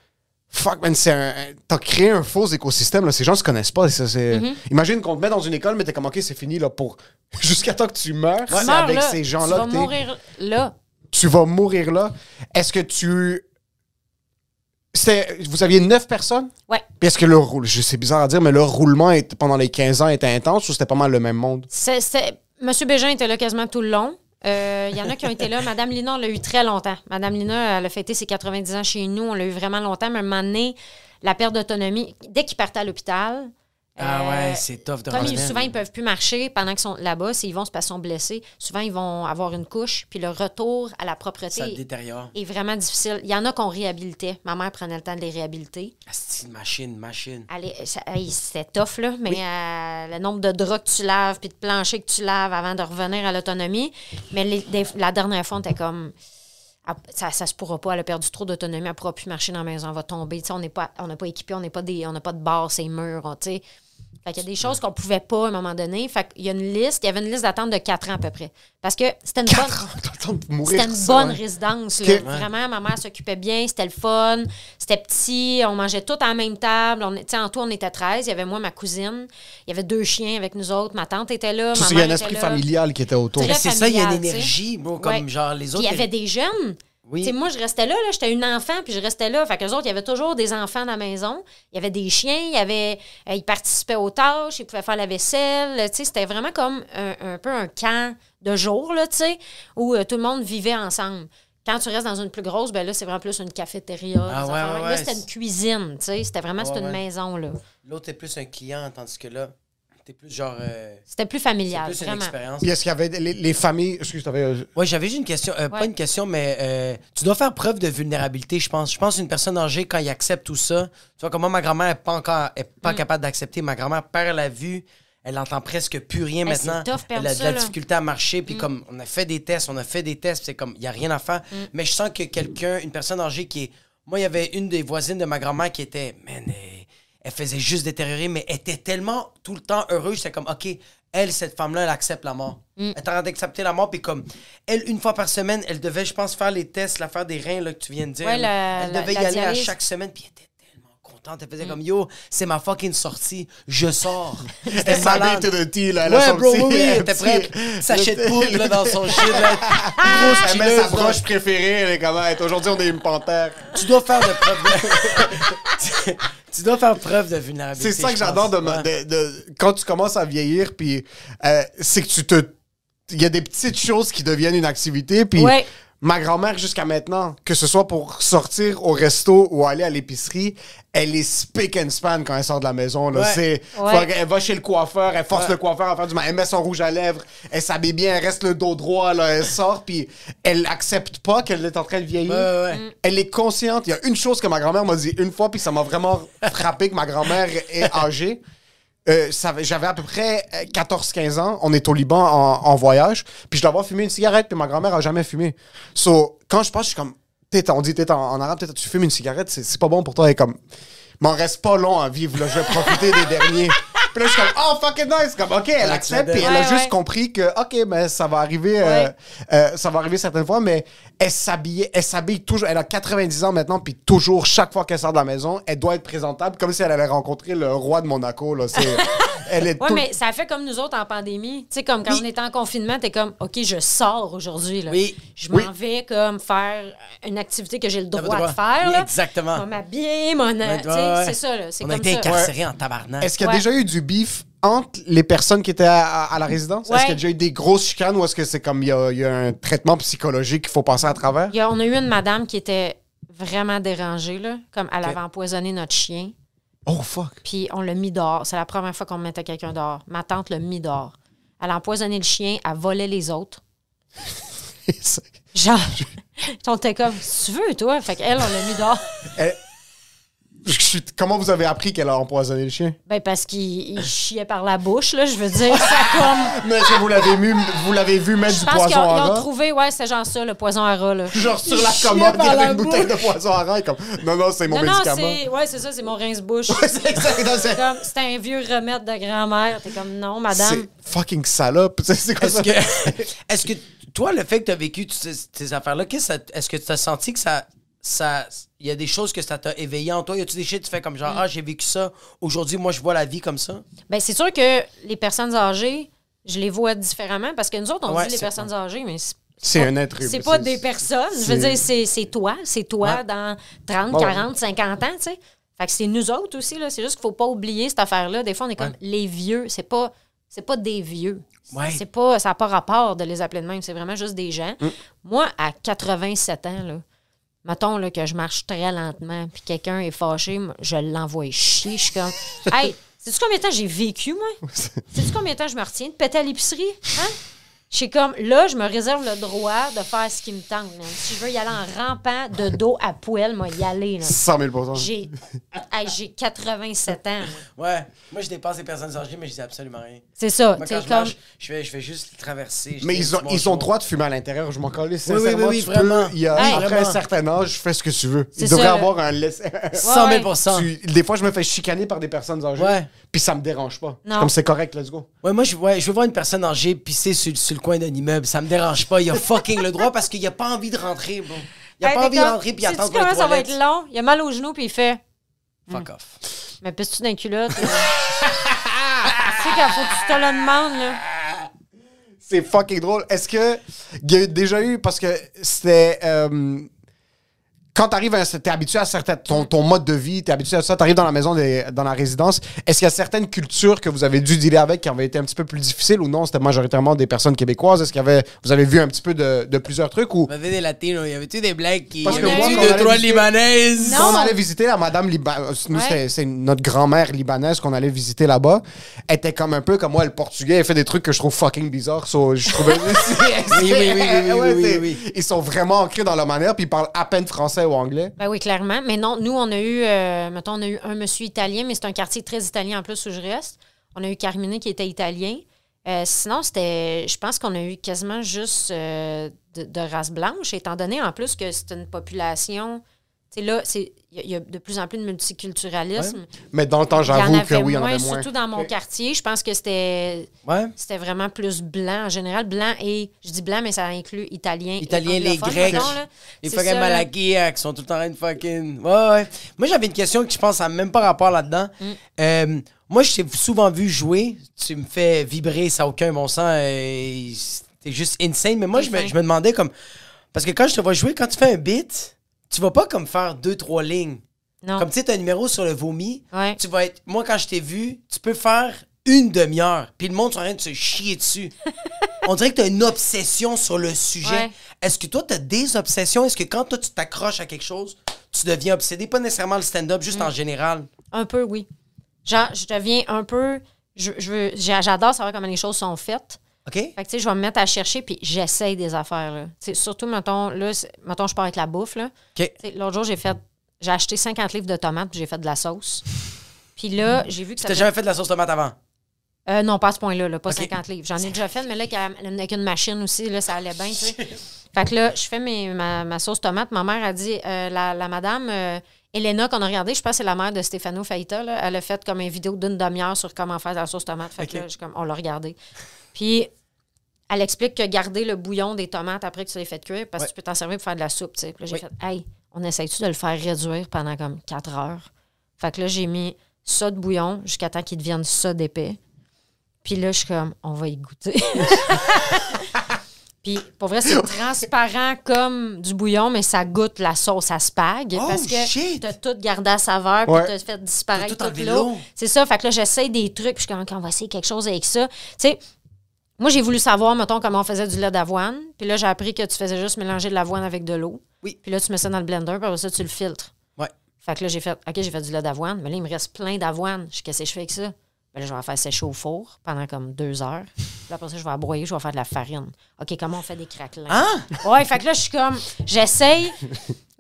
fuck man, c'est un- t'as créé un faux écosystème, là. ces gens se connaissent pas. Ça, c'est-
Mhm.
Imagine qu'on te met dans une école, mais t'es comme, ok, c'est fini là, pour <laughs> jusqu'à temps que tu meurs,
Tu
c'est
meurs
avec
là,
ces gens-là que
Tu
t'es-
vas mourir là.
tu vas mourir là. Est-ce que tu. C'était, vous aviez neuf personnes?
Ouais.
Puis est-ce que le roulement, c'est bizarre à dire, mais le roulement est- pendant les 15 ans était intense ou c'était pas mal le même monde?
C'est- c'est- Monsieur Bégin était là quasiment tout le long. Euh, Il y en a qui ont été là. Madame Lina, on l'a eu très longtemps. Madame Lina, elle a fêté ses 90 ans chez nous. On l'a eu vraiment longtemps. Mais à un moment donné, la perte d'autonomie, dès qu'il partait à l'hôpital,
Ah
euh,
ouais, c'est tough de
Comme ils-
revenir.
souvent, ils peuvent plus marcher pendant qu'ils sont là-bas, s'ils vont, c'est parce qu'ils sont blessés. Souvent, ils vont avoir une couche, puis le retour à la
Ça te
propreté
détériore.
est vraiment difficile. Il y en a qu'on réhabilitait. Ma mère prenait le temps de les réhabiliter.
Asti, machine, machine.
Elle est- ça- hey, C'était tough, là, mais euh, le nombre de draps que tu laves, puis de planchers que tu laves avant de revenir à l'autonomie. Mais les- des- la dernière fois, on était comme. ah, Ça, ça se pourra pas, elle a perdu trop d'autonomie, elle pourra plus marcher dans la maison, elle va tomber. Tu sais, on n'est pas, on n'est pas équipé, on n'est pas des, on n'a pas de barre, c'est murs, on- tu sais. Fait qu'il y a des choses qu'on pouvait pas à un moment donné. Fait qu'il y a une liste, il y avait une liste d'attente de 4 ans à peu près. Parce que c'était une bonne.
T'as le temps de mourir.
C'était une
ça, hein.
bonne
ouais.
résidence.
Ok.
là.
Ouais.
Vraiment, ma mère s'occupait bien, c'était le fun, c'était petit, on mangeait tout à la même table. On, est- tu sais, en tout, on était 13. Il y avait moi, ma cousine, il y avait deux chiens avec nous autres, ma tante était là.
Tu
ma
sais, Il y a
mère
un esprit
était là.
familial qui était autour.
Très
Mais c'est ça, il y a une
familial, tu sais.
énergie, bro, comme
Ouais.
genre les
Puis
autres.
il y avait des jeunes.
Oui.
Tu sais, moi, je restais là, là j'étais une enfant, puis je restais là. Fait qu'eux autres, il y avait toujours des enfants dans la maison. Il y avait des chiens, il y avait, euh, ils participaient aux tâches, ils pouvaient faire la vaisselle. Tu sais, C'était vraiment comme un, un peu un camp de jour, là, tu sais, où euh, tout le monde vivait ensemble. Quand tu restes dans une plus grosse, ben là, c'est vraiment plus une cafétéria.
Ah
des
ouais,
affaires.
ouais, ouais.
là, c'était une cuisine, tu sais. C'était vraiment
Ouais,
c'était une
ouais.
maison, là.
L'autre est plus un client, tandis que là, t'es plus genre. euh,
C'était plus
c'est
familial,
plus une
vraiment.
expérience.
Puis est-ce qu'il y avait les, les familles. Excuse, t'avais. euh,
Ouais, j'avais juste une question. euh, Pas
Ouais.
une question, mais euh, tu dois faire preuve de vulnérabilité, je pense. Je pense qu'une personne âgée, quand il accepte tout ça, tu vois, comme moi, ma grand-mère n'est pas encore est pas
Mm.
capable d'accepter. Ma grand-mère perd la vue. Elle entend presque plus rien
c'est
maintenant.
tough, perdre
elle a de
ça,
la
là.
difficulté à marcher.
Mm.
Puis comme on a fait des tests, on a fait des tests, puis c'est comme il n'y a rien à faire.
Mm.
Mais je sens que quelqu'un, une personne âgée qui est. Moi, il y avait une des voisines de ma grand-mère qui était. Man, elle, elle faisait juste détériorer, mais elle était tellement tout le temps heureuse. C'était comme, OK, elle, cette femme-là, elle accepte la mort.
Mm.
Elle est en train d'accepter la mort. Puis comme, elle, une fois par semaine, elle devait, je pense, faire les tests, l'affaire des reins là, que tu viens de dire.
Ouais, la-
elle
la- Mm.
devait
la
y aller à
dialyse.
chaque semaine. Puis elle était tellement contente. Elle faisait comme, yo, c'est ma fucking sortie. Je
<laughs>
sors. C'était malade.
Salut, t'es de tea, là, là,
Ouais,
son
bro, <laughs>
petit-
oui, oui, elle
<laughs>
était
petit-
prête. Sachet de
le-
poudre, là, dans son shit, là. Grosse
Elle met sa
chilleuse, là.
broche préférée, elle est comme. Hey, Aujourd'hui, on est une panthère.
Tu dois faire de preuve de... <laughs> Tu- tu dois faire preuve de vulnérabilité.
C'est ça que
je pense.
j'adore de,
Ouais.
ma- de- de- quand tu commences à vieillir, puis euh, c'est que tu te. Il y a des petites choses qui deviennent une activité, puis
Ouais.
ma grand-mère jusqu'à maintenant, que ce soit pour sortir au resto ou aller à l'épicerie, elle est spick and span quand elle sort de la maison. Là.
Ouais.
C'est-
Ouais.
faut- elle va chez le coiffeur, elle force
Ouais.
le coiffeur à faire du ma- elle met son rouge à lèvres, elle s'habille bien, elle reste le dos droit, là, elle sort, puis elle accepte pas qu'elle est en train de vieillir.
Ouais, ouais, ouais.
Mm.
Elle est consciente. Il y a une chose que ma grand-mère m'a dit une fois, puis ça m'a vraiment frappé que ma grand-mère est âgée. Euh, ça- J'avais à peu près euh, 14-15 ans. On est au Liban en, en voyage. Puis je dois avoir fumé une cigarette, puis ma grand-mère a jamais fumé. So, quand je passe, je suis comme. t'es- On dit, t'es en, en arabe, t'es- tu fumes une cigarette, c'est- c'est pas bon pour toi. Elle est comme. M'en reste pas long à vivre, là. Je vais profiter des derniers. Puis là, je suis comme, oh, fucking nice! Comme, OK, elle accepte, puis elle a
Ouais,
juste
ouais.
compris que, OK, mais ça va arriver, euh,
Ouais.
euh, ça va arriver certaines fois, mais elle s'habillait, elle s'habille toujours, elle a 90 ans maintenant, puis toujours, chaque fois qu'elle sort de la maison, elle doit être présentable, comme si elle allait rencontrer le roi de Monaco, là.
<laughs>
C'est- elle est
Oui,
tout-
mais ça fait comme nous autres en pandémie. Tu sais, comme quand
Oui.
on était en confinement, t'es comme, OK, je sors aujourd'hui. là.
Oui.
Je
Oui.
m'en vais comme faire une activité que j'ai le droit,
droit.
de faire.
Oui,
là.
exactement.
Je vais m'habiller, mon...
Ouais,
tu sais,
ouais.
C'est ça, là. C'est
On
comme
a été
ça.
incarcérés en tabarnak.
Est-ce qu'il y a
Ouais.
déjà eu du beef entre les personnes qui étaient à, à- à la résidence?
Ouais.
Est-ce qu'il y a déjà eu des grosses chicanes ou est-ce que c'est comme il y, a- il y a un traitement psychologique qu'il faut passer à travers?
Il y a- on a eu une madame qui était vraiment dérangée, là. Comme elle avait empoisonné notre chien.
Oh <laughs> fuck.
Puis on l'a mis dehors. C'est la première fois qu'on mettait quelqu'un dehors. Ma tante l'a mis dehors. Elle a empoisonné le chien, elle volait les autres. Genre, <laughs> on était comme, tu veux, toi? Fait qu'elle, on l'a mis dehors.
Je suis- Comment vous avez appris qu'elle a empoisonné le chien?
Ben, parce qu'il il chiait par la bouche, là, je veux dire. C'est comme.
Mais est-ce que vous l'avez vu, vous l'avez vu mettre <laughs>
Je
du
pense qu'ils
poison
ont, ils
à rat?
ont trouvé, ouais, c'est genre ça, le poison à rat, là.
Genre sur
Il
la
chiait
commode, il y
par la
avait une bouteille de poison à rat. et Comme, non, non, c'est mon
Non, non,
médicament.
c'est. Ouais, c'est ça, c'est mon rince-bouche.
<laughs> C'est exact- c'est-
C'est comme, c'est un vieux remède de grand-mère. T'es comme, non, madame.
C'est fucking salope. <laughs> C'est- C'est quoi
Est-ce
ça?
que, <laughs> est-ce que toi, le fait que tu as vécu toutes ces, ces affaires-là, qu'est-ce que ça- est-ce que tu as senti que ça. ça il y a des choses que ça t'a éveillé en toi. Y a-tu des shit que tu fais comme
Mm.
genre, ah, j'ai vécu ça. Aujourd'hui, moi, je vois la vie comme ça.
Ben, c'est sûr que les personnes âgées, je les vois différemment parce que nous autres, on
Ouais,
dit les
c'est
personnes âgées, mais c'est
C'est un être humain.
c'est pas des personnes. Je veux
c'est-
dire, c'est c'est toi. C'est toi
Ouais.
dans 30,
Ouais.
40, 50 ans, tu sais. Fait que c'est nous autres aussi, là. C'est juste qu'il faut pas oublier cette affaire-là. Des fois, on est comme
Ouais.
les vieux. C'est pas. C'est pas des vieux. C'est-
Ouais.
C'est pas, ça n'a pas rapport de les appeler de même. C'est vraiment juste des gens. Moi, à 87 ans, là, mettons là, que je marche très lentement, puis quelqu'un est fâché, moi, je l'envoie chier. Je suis comme, hey, sais-tu combien de temps j'ai vécu, moi? Sais-tu combien de temps je me retiens de péter à l'épicerie? Hein? Je suis comme, là, je me réserve le droit de faire ce qui me tente. man. Si je veux y aller en rampant de dos à poêle, moi, y aller. là.
100 000
J'ai hey, j'ai 87 ans. moi.
Ouais. Moi, je dépasse les personnes âgées, mais je dis absolument rien.
C'est ça.
Moi,
tu
quand
sais,
je
comme,
marche, je vais, je vais juste les traverser. Je
Mais
dis,
ils ont,
dis
ils ont
bonjour.
droit de fumer à l'intérieur, je m'en calais.
oui, oui,
Sincèrement,
oui,
tu peux.
vraiment.
Il y a-
Hey,
après
vraiment.
un certain âge, fais ce que tu veux.
C'est
Il devrait
ça,
avoir un <laughs> laissez.
100 000
Tu- Des fois, je me fais chicaner par des personnes âgées.
Ouais.
Puis ça me dérange pas.
Non.
Comme c'est correct, let's go.
Ouais, moi, je, ouais, je veux voir une personne âgée pisser sur, sur le coin d'un immeuble. Ça me dérange pas. Il a fucking le droit parce qu'il a pas envie de rentrer, bro. Il a
Hey,
pas
t'es
envie de
comme,
rentrer puis
sais-tu
attendre que
comment ça va être
toilette.
long? Il a mal aux genoux, puis il fait.
Fuck off.
Mais pisse-tu dans les culottes?
<laughs>
euh? tu sais qu'il faut que tu te le demandes, là.
C'est fucking drôle. Est-ce que il y a eu- déjà eu parce que c'était euh, quand t'arrives, à- t'es habitué à certains, ton, ton mode de vie, t'es habitué à ça, t'arrives dans la maison, des- dans la résidence. Est-ce qu'il y a certaines cultures que vous avez dû dealer avec qui avaient été un petit peu plus difficiles ou non C'était majoritairement des personnes québécoises. Est-ce qu'il y avait, vous avez vu un petit peu de, de plusieurs trucs ou
Il y avait des latinos, il y avait-tu des blacks qui.
Parce
il
que
y
moi,
avait-tu
quand
on
deux,
allait
trois
visiter-
libanaises?
Non.
Quand on allait visiter la madame libanaise, nous,
Ouais.
c'était- c'est notre grand-mère libanaise qu'on allait visiter là-bas, Elle était comme un peu comme moi, le portugais, elle fait des trucs que je trouve fucking bizarres. so, je trouvais...
oui, oui, oui, oui,
<laughs> Ouais,
oui,
c'est-
oui, oui.
Ils sont vraiment ancrés dans leur manière, puis ils parlent à peine français ou anglais.
Ben oui, clairement. Mais non, nous, on a eu, euh, mettons, on a eu un monsieur italien, mais c'est un quartier très italien en plus où je reste. On a eu Carmine qui était italien. Euh, sinon, c'était, je pense qu'on a eu quasiment juste euh, de, de race blanche, étant donné en plus que c'est une population. Tu sais, là, c'est- il y, a- il y a de plus en plus de multiculturalisme.
Mais dans le temps,
Il y en
j'avoue que
avait
oui, il y en
moins,
avait moins.
surtout dans mon quartier. Je pense que c'était
Ouais.
c'était vraiment plus blanc en général. Blanc et, je dis blanc, mais ça inclut italien. et
Italiens, les
anglophone,
Grecs,
mettons, là.
Les
C'est
fucking
ça, là.
malakiaks qui sont tout le temps en train de fucking. Ouais, ouais. Moi, j'avais une question que je pense à même pas rapport là-dedans.
Mm.
Euh, moi, je t'ai souvent vu jouer. Tu me fais vibrer, ça n'a aucun bon sens. euh, T'es juste insane. Mais moi, je me,
Enfin.
je me demandais comme. Parce que quand je te vois jouer, quand tu fais un beat, tu vas pas comme faire deux, trois lignes.
Non.
Comme tu sais, t'as un numéro sur le vomi.
Ouais.
Tu vas être. Moi, quand je t'ai vu, tu peux faire une demi-heure. Puis le monde est en train de se chier
<laughs>
dessus. On dirait que t'as une obsession sur le sujet.
Ouais.
Est-ce que toi, t'as des obsessions? Est-ce que quand toi, tu t'accroches à quelque chose, tu deviens obsédé? Pas nécessairement le stand-up,
Mm.
juste en général.
Un peu, oui. Genre, je deviens un peu. Je, je veux, j'a- j'adore savoir comment les choses sont faites.
OK?
Fait que, tu sais, je vais me mettre à chercher, puis j'essaye des affaires, là. Tu sais, surtout, mettons, là, c'est- mettons, je pars avec la bouffe, là.
OK.
Tu sais, L'autre jour, j'ai fait. J'ai acheté 50 livres de tomates, puis j'ai fait de la sauce. Puis là, j'ai vu que ça.
T'as
fait-
jamais fait de la sauce tomate avant?
Euh, non, pas à ce point-là, là, pas
Ok.
50 livres. J'en ai déjà fait, mais là, qu'à- avec une machine aussi, là, ça allait bien, tu sais. Fait que là, je fais mes- ma, ma sauce tomate. Ma mère a dit, euh, la, la madame euh, Elena qu'on a regardée, je pense que c'est la mère de Stefano Faita, là, elle a fait comme une vidéo d'une demi-heure sur comment faire de la sauce tomate. Fait
Ok.
que là, je suis comme, on l'a regardée. Puis, elle explique que garder le bouillon des tomates après que tu les fais cuire, parce
Ouais.
que tu peux t'en servir pour faire de la soupe, tu sais. Puis là, j'ai
Oui.
fait, hey, on essaye-tu de le faire réduire pendant comme 4 heures? Fait que là, j'ai mis ça de bouillon jusqu'à temps qu'il devienne ça d'épais. Puis là, je suis comme, on va y goûter. <laughs> Puis pour vrai, c'est transparent comme du bouillon, mais ça goûte la sauce à spag.
Oh,
parce que
shit!
t'as tout gardé à saveur, puis
Ouais.
t'as fait disparaître
T'as tout
toute
enlevé l'eau.
l'eau. C'est ça. Fait que là, j'essaie des trucs, puis je suis comme, OK, on va essayer quelque chose avec ça. Tu sais, moi, j'ai voulu savoir, mettons, comment on faisait du lait d'avoine. Puis là, j'ai appris que tu faisais juste mélanger de l'avoine avec de l'eau.
Oui.
Puis là, tu mets ça dans le blender, puis après ça, tu le filtres.
Ouais.
Fait que là, j'ai fait, OK, j'ai fait du lait d'avoine, mais là, il me reste plein d'avoine. Je dis, qu'est-ce que je fais avec ça? Ben là, je vais la faire sécher au four pendant comme deux heures. Puis là, après ça, je vais la broyer, je vais faire de la farine. OK, comment on fait des craquelins?
Hein?
Ouais, fait que là, je suis comme, j'essaye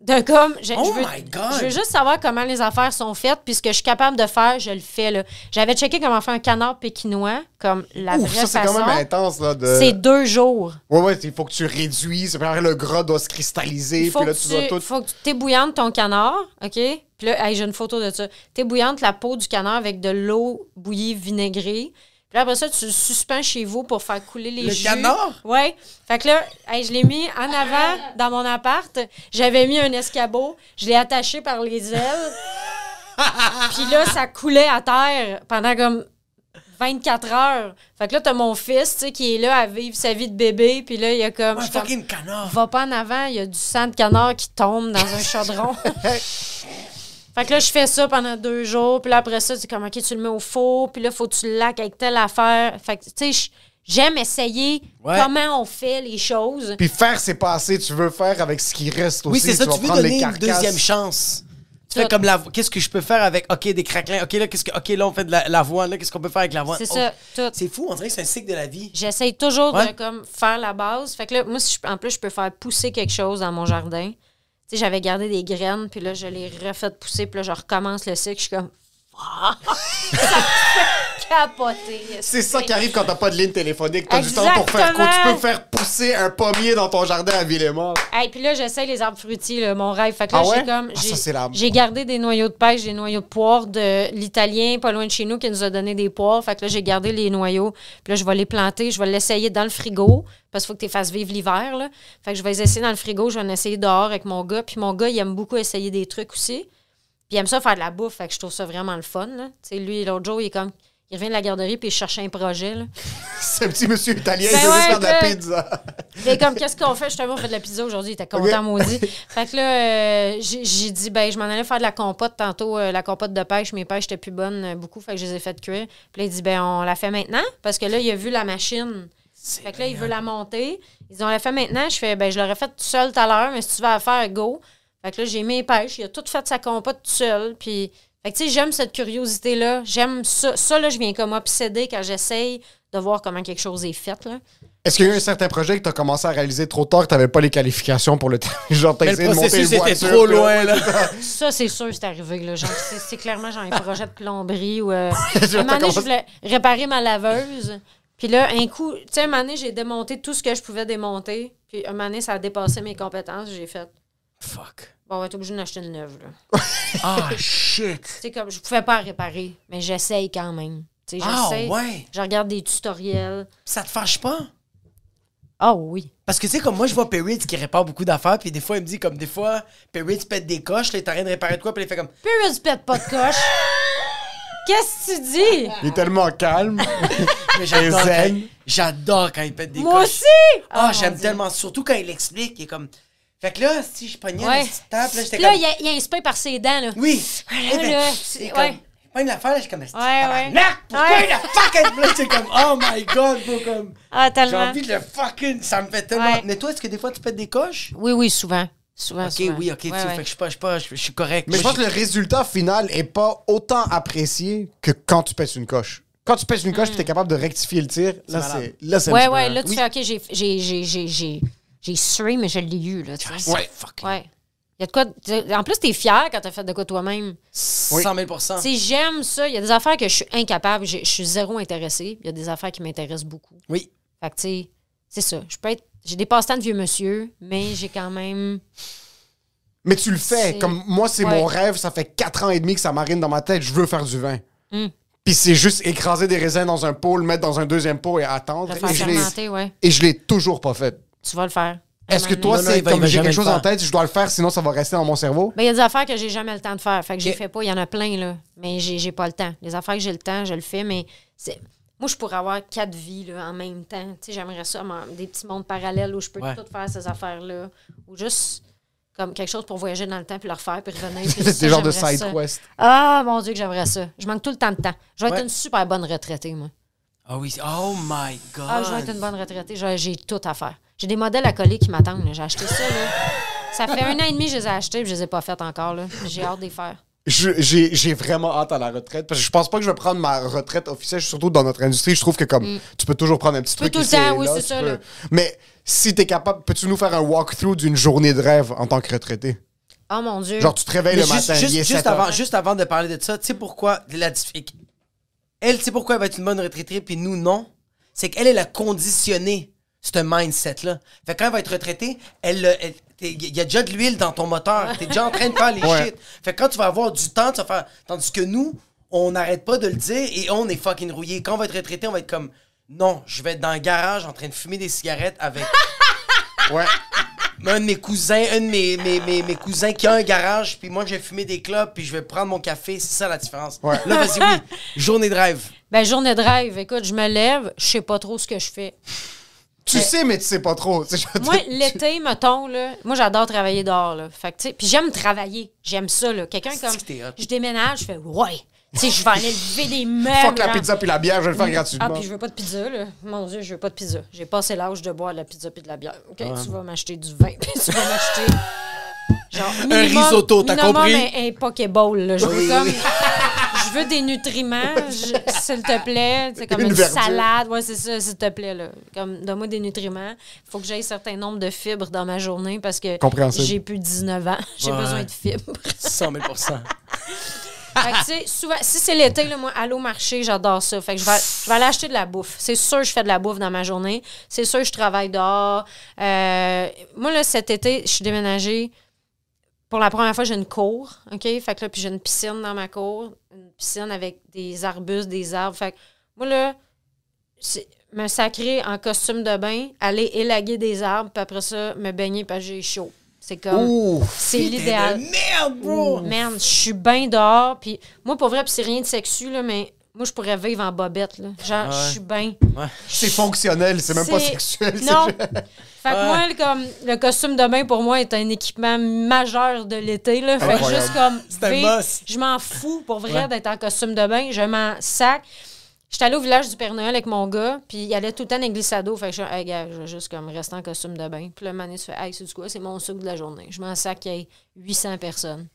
de comme, je,
Oh
je veux,
my God!
je veux juste savoir comment les affaires sont faites, puis ce que je suis capable de faire, je le fais, là. J'avais checké comment faire un canard pékinois, comme la
Ouf,
vraie
ça, c'est
façon.
quand même intense, là. De...
C'est deux jours.
Ouais, ouais, il faut que tu réduises. Après, le gras doit se cristalliser.
Il faut,
Puis là,
que
tu dois
tu,
tout.
faut que tu t'ébouillantes ton canard, OK? Puis là, hey, j'ai une photo de ça. T'ébouillantes la peau du canard avec de l'eau bouillie vinaigrée. Puis là, après ça, tu le suspends chez vous pour faire couler les
Le
jus.
canard?
Ouais. Fait que là, hey, je l'ai mis en avant dans mon appart. J'avais mis un escabeau. Je l'ai attaché par les ailes.
<laughs>
Puis là, ça coulait à terre pendant comme 24 heures. Fait que là, t'as mon fils, tu sais, qui est là à vivre sa vie de bébé. Puis là, il y a comme...
Un
je suis comme-
fucking canard.
va pas en avant, il y a du sang de canard qui tombe dans
<laughs>
un chaudron. fait que là, je fais ça pendant deux jours. Puis là, après ça, tu es comme, OK, tu le mets au four. Puis là, faut que tu le laques avec telle affaire. Fait que, tu sais, je- j'aime essayer
Ouais.
comment on fait les choses.
Puis faire, c'est pas assez. Tu veux faire avec ce qui reste
Oui,
aussi.
c'est ça,
vas
tu veux
prendre les
donner une
carcasses.
deuxième chance. Tu
Tout.
fais comme la qu'est-ce que je peux faire avec OK des craquelins, OK là qu'est-ce que OK là on fait de la- l'avoine, là qu'est-ce qu'on peut faire avec l'avoine
C'est
Oh,
ça, tout.
C'est fou, on dirait que c'est un cycle de la vie.
J'essaye toujours de
Ouais.
comme, faire la base. Fait que là, moi, si je- en plus, je peux faire pousser quelque chose dans mon jardin. Tu sais, j'avais gardé des graines, puis là, je les refais pousser, puis là, je recommence le cycle. Je suis comme, <laughs> Ah! ça me fait capoter.
C'est ça qui arrive quand t'as pas de ligne téléphonique. T'as du temps pour faire quoi? Tu
Exactement.
peux faire pousser un pommier dans ton jardin à Villemort. <laughs>
Hey, puis là, j'essaie les arbres fruitiers, là, mon rêve. Fait que là,
Ah ouais?
j'ai comme.
Ah, ça,
j'ai-
c'est l'arbre.
J'ai gardé des noyaux de pêche, des noyaux de poire de l'Italien, pas loin de chez nous, qui nous a donné des poires. Fait que là, j'ai gardé les noyaux. Puis là, je vais les planter, je vais l'essayer dans le frigo, parce qu'il faut que tu les fasses vivre l'hiver, là. Fait que je vais les essayer dans le frigo, je vais en essayer dehors avec mon gars. Puis mon gars, il aime beaucoup essayer des trucs aussi. Puis il aime ça faire de la bouffe, fait que je trouve ça vraiment le fun, là. Tu sais, lui, l'autre jour, il est comme. Il revient de la garderie, puis il cherche un projet, là.
C'est un petit monsieur italien,
Ben
il veut juste
ouais,
faire de la
que-
pizza.
Il est comme, qu'est-ce qu'on fait? Justement, on fait de la pizza aujourd'hui. Il était content,
Ok.
maudit. Fait que là, euh, j'ai j'ai dit, ben, je m'en allais faire de la compote tantôt, euh, la compote de pêche. Mes pêches étaient plus bonnes euh, beaucoup, fait que je les ai faites cuire. Puis là, il dit, ben, on la fait maintenant parce que là, il a vu la machine. Fait que là, il veut la monter. Ils ont la fait maintenant. Je fais, ben, je l'aurais faite tout seul tout à l'heure, mais si tu veux la faire, go. Fait que là, j'ai mis les pêches. Il a tout fait sa compote tout seul. Puis, fait que tu sais, j'aime cette curiosité-là. J'aime ça. Ça, là, je viens comme obsédée quand j'essaye de voir comment quelque chose est fait, là.
Est-ce qu'il y a eu un certain projet que t'as commencé à réaliser trop tard que t'avais pas les qualifications pour le <laughs> temps? Genre, t'as
Mais
essayé
le
de monter une
processus était
voiture.
trop
puis là-
loin là.
Ça, c'est sûr, c'est arrivé. Là. Genre, c'est, c'est clairement genre un projet de plomberie ou.
<laughs>
euh,
T'as
un moment donné,
commencé-
je voulais réparer ma laveuse. Puis là, un coup, tu sais, un moment donné, j'ai démonté tout ce que je pouvais démonter. Puis un moment donné, ça a dépassé mes compétences. J'ai fait,
<laughs> Fuck.
bon, on va être obligé d'acheter une neuve. Là.
<laughs> Ah shit.
Tu sais, comme je pouvais pas la réparer, mais j'essaye quand même. Tu sais,
Ah
j'essaye.
ouais.
Je regarde des tutoriels.
Ça te fâche pas
Ah oui.
Parce que tu sais, comme moi, je vois Perrits qui répare beaucoup d'affaires, puis des fois, il me dit, comme des fois, Perrits pète des coches, là, il est en train de réparer de quoi, puis il fait comme.
Puis je pète pas de
<laughs>
coche. Qu'est-ce que tu dis?
Il est tellement
<laughs>
calme.
Mais j'adore.
Et zen.
quand- J'adore quand il pète des
Moi
coches.
aussi!
Ah,
Oh,
j'aime
mon Dieu.
tellement. Surtout quand il explique, il est comme. Fait que là, si je pognais
Ouais.
une petite table, là, j'étais
Puis là,
comme.
il y a- il y a un spin par ses dents, là.
Oui!
Voilà,
Eh ben,
là,
c'est
c'est-
comme.
ouais.
il pogne l'affaire, là, je suis comme. Ouais,
ouais.
Pourquoi
Ouais.
il a fucking. Là, c'est comme, oh my god, bro, comme.
Ah,
J'ai
tellement.
envie de le fucking. Ça me fait tellement.
Ouais.
Mais toi, est-ce que des fois, tu pètes des coches?
Oui, oui, souvent. Souvent,
Ok,
souvent.
oui, ok, tu
Ouais,
fait
ouais.
que je suis pas, je suis pas, je je suis correct.
Mais je
Moi,
pense que le résultat final est pas autant apprécié que quand tu pèses une coche. Quand tu pèses une coche, tu es capable de rectifier le tir. Là,
Hmm. malade.
c'est là, c'est un
Ouais,
petit peu-
ouais, là, tu
Oui.
fais, OK, j'ai- j'ai- j'ai- j'ai- j'ai j'ai sué, mais je l'ai eu, là, tu sais.
Ouais. Fucking.
Ouais. Il y a de quoi... de- En plus, t'es fier quand t'as fait de quoi toi-même.
100 000
Tu sais, j'aime ça. Il y a des affaires que je suis incapable. j'ai- Je suis zéro intéressée. Il y a des affaires qui m'intéressent beaucoup.
Oui.
Fait que, tu sais, c'est ça. Je peux être... J'ai des passe-temps de vieux monsieur, mais j'ai quand même...
Mais tu le fais.
C'est-
Comme moi, c'est
Ouais.
mon rêve. Ça fait 4 ans et demi que ça marine dans ma tête. Je veux faire du vin.
Hmm.
Puis c'est juste écraser des raisins dans un pot, le mettre dans un deuxième pot et attendre.
Le
Et
faire
je l'ai-
fermenter, ouais.
Et je l'ai toujours pas fait.
Tu vas le faire.
Est-ce que toi,
Non, non,
c'est
il va- il
comme
va
j'ai
jamais
quelque
le
chose
faire.
en tête, je dois le faire, sinon ça va rester dans mon cerveau?
Ben, il y a des affaires que j'ai jamais le temps de faire. Fait que j'ai
Ok.
fait pas. Il y en a plein, là. Mais j'ai j'ai pas le temps. Les affaires que j'ai le temps, je le fais, mais c'est. Moi, je pourrais avoir quatre vies là, en même temps. Tu sais, j'aimerais ça, m'en- des petits mondes parallèles où je peux
Ouais.
tout faire ces affaires-là. Ou juste comme quelque chose pour voyager dans le temps, puis le refaire, puis revenir.
<laughs>
puis
C'est
ça,
des genres de
j'aimerais
side
ça.
quest.
Ah, mon Dieu, que j'aimerais ça. Je manque tout le temps de temps. Je vais
Ouais.
être une super bonne retraitée, moi.
Ah oui, c'est- oh my god.
Ah, je vais être une bonne retraitée. J'ai- J'ai tout à faire. J'ai des modèles à coller qui m'attendent. là. J'ai acheté ça, là. Ça fait un an et demi que je les ai achetés puis je les ai pas faites encore. là. J'ai hâte de les faire.
Je- J'ai j'ai vraiment hâte à la retraite parce que je pense pas que je vais prendre ma retraite officielle, surtout dans notre industrie. Je trouve que comme tu peux toujours prendre un petit
Mm. peux
truc.
tout le
ici et
temps, oui,
là,
c'est
tu
ça,
peux-
là.
Mais si t'es capable, peux-tu nous faire un walkthrough d'une journée de rêve en tant que retraité?
Oh mon Dieu.
Genre, tu te réveilles
Mais
le
juste,
matin,
juste-
il est
juste
7 heures.
avant, juste avant de parler de ça, tu sais pourquoi la dif- Elle, tu sais pourquoi elle va être une bonne retraitée, puis nous, non? C'est qu'elle, elle a conditionné ce mindset-là. Fait que quand elle va être retraitée, elle, le- elle- t'es- il y a déjà de l'huile dans ton moteur. T'es déjà en train de faire les
Ouais.
shit. Fait que quand tu vas avoir du temps, tu vas faire. Tandis que nous, on n'arrête pas de le dire et on est fucking rouillé. Quand on va être retraité, on va être comme. Non, je vais être dans le garage en train de fumer des cigarettes avec
Ouais.
un de mes cousins, un de mes, mes, mes, mes cousins qui a un garage, puis moi, je vais fumer des clopes, puis je vais prendre mon café. C'est ça la différence.
Ouais.
Là, vas-y, oui. Journée de rêve.
Ben, journée de rêve. Écoute, je me lève, je sais pas trop ce que je
<laughs>
fais.
Tu sais, mais tu sais pas trop. <laughs> C'est genre-
Moi, l'été, mettons, là, moi, j'adore travailler dehors. Là. Fait que, tu sais, puis j'aime travailler. J'aime ça. là. Quelqu'un comme.
que t'es hot.
Je déménage, je fais ouais. Tu sais, je vais aller lever des meubles. hein.
Fuck la
genre.
pizza puis la bière, je vais le faire
Ah,
gratuitement.
puis je veux pas de pizza, là. Mon Dieu, je veux pas de pizza. J'ai passé l'âge de boire de la pizza puis de la bière. OK, tu vas m'acheter du vin, <laughs> puis tu vas m'acheter... Genre, minimum,
risotto, t'as
minimum
compris?
Un, un Pokéball, là. Je veux comme... Je veux des nutriments, je- s'il te plaît. C'est comme
Une
une,
verdure.
salade. Ouais, c'est ça, s'il te plaît, là. Comme, donne-moi des nutriments. Faut que j'aie un certain nombre de fibres dans ma journée parce que
Compréhensible.
j'ai plus de 19 ans. <laughs> J'ai
Ouais.
besoin de fibres.
100 000
Fait que, tu sais, souvent, si c'est l'été, là, moi, aller au marché, j'adore ça. Fait que je vais, je vais aller acheter de la bouffe. C'est sûr que je fais de la bouffe dans ma journée. C'est sûr que je travaille dehors. Euh, moi, là, cet été, je suis déménagée. Pour la première fois, j'ai une cour, OK? Fait que là, puis j'ai une piscine dans ma cour. Une piscine avec des arbustes, des arbres. Fait que moi, là, c'est- me sacrer en costume de bain, aller élaguer des arbres, puis après ça, me baigner parce que j'ai chaud. C'est comme...
Ouh.
C'est l'idéal.
Merde, bro!
Man, je suis bien dehors. Puis moi, pour vrai, puis c'est rien de sexu, là, mais moi, je pourrais vivre en bobette. Là. Genre, je suis bien.
C'est fonctionnel, c'est même pas
C'est-
sexuel. c'est
Non.
juste-
Fait que moi, le, comme, le costume de bain, pour moi, est un équipement majeur de l'été. Là. Fait que
Incroyable.
juste comme.
un
vivre,
must.
Je m'en fous, pour vrai, d'être en costume de bain. Je m'en sac. J'étais allée au village du Père Noël avec mon gars, puis il allait tout le temps dans les glissades. Fait que je suis hey, gars, je vais juste comme rester en costume de bain. Puis le mané se fait, hey, c'est du quoi? C'est mon sucre de la journée. Je m'en sac qu'il y ait 800 personnes.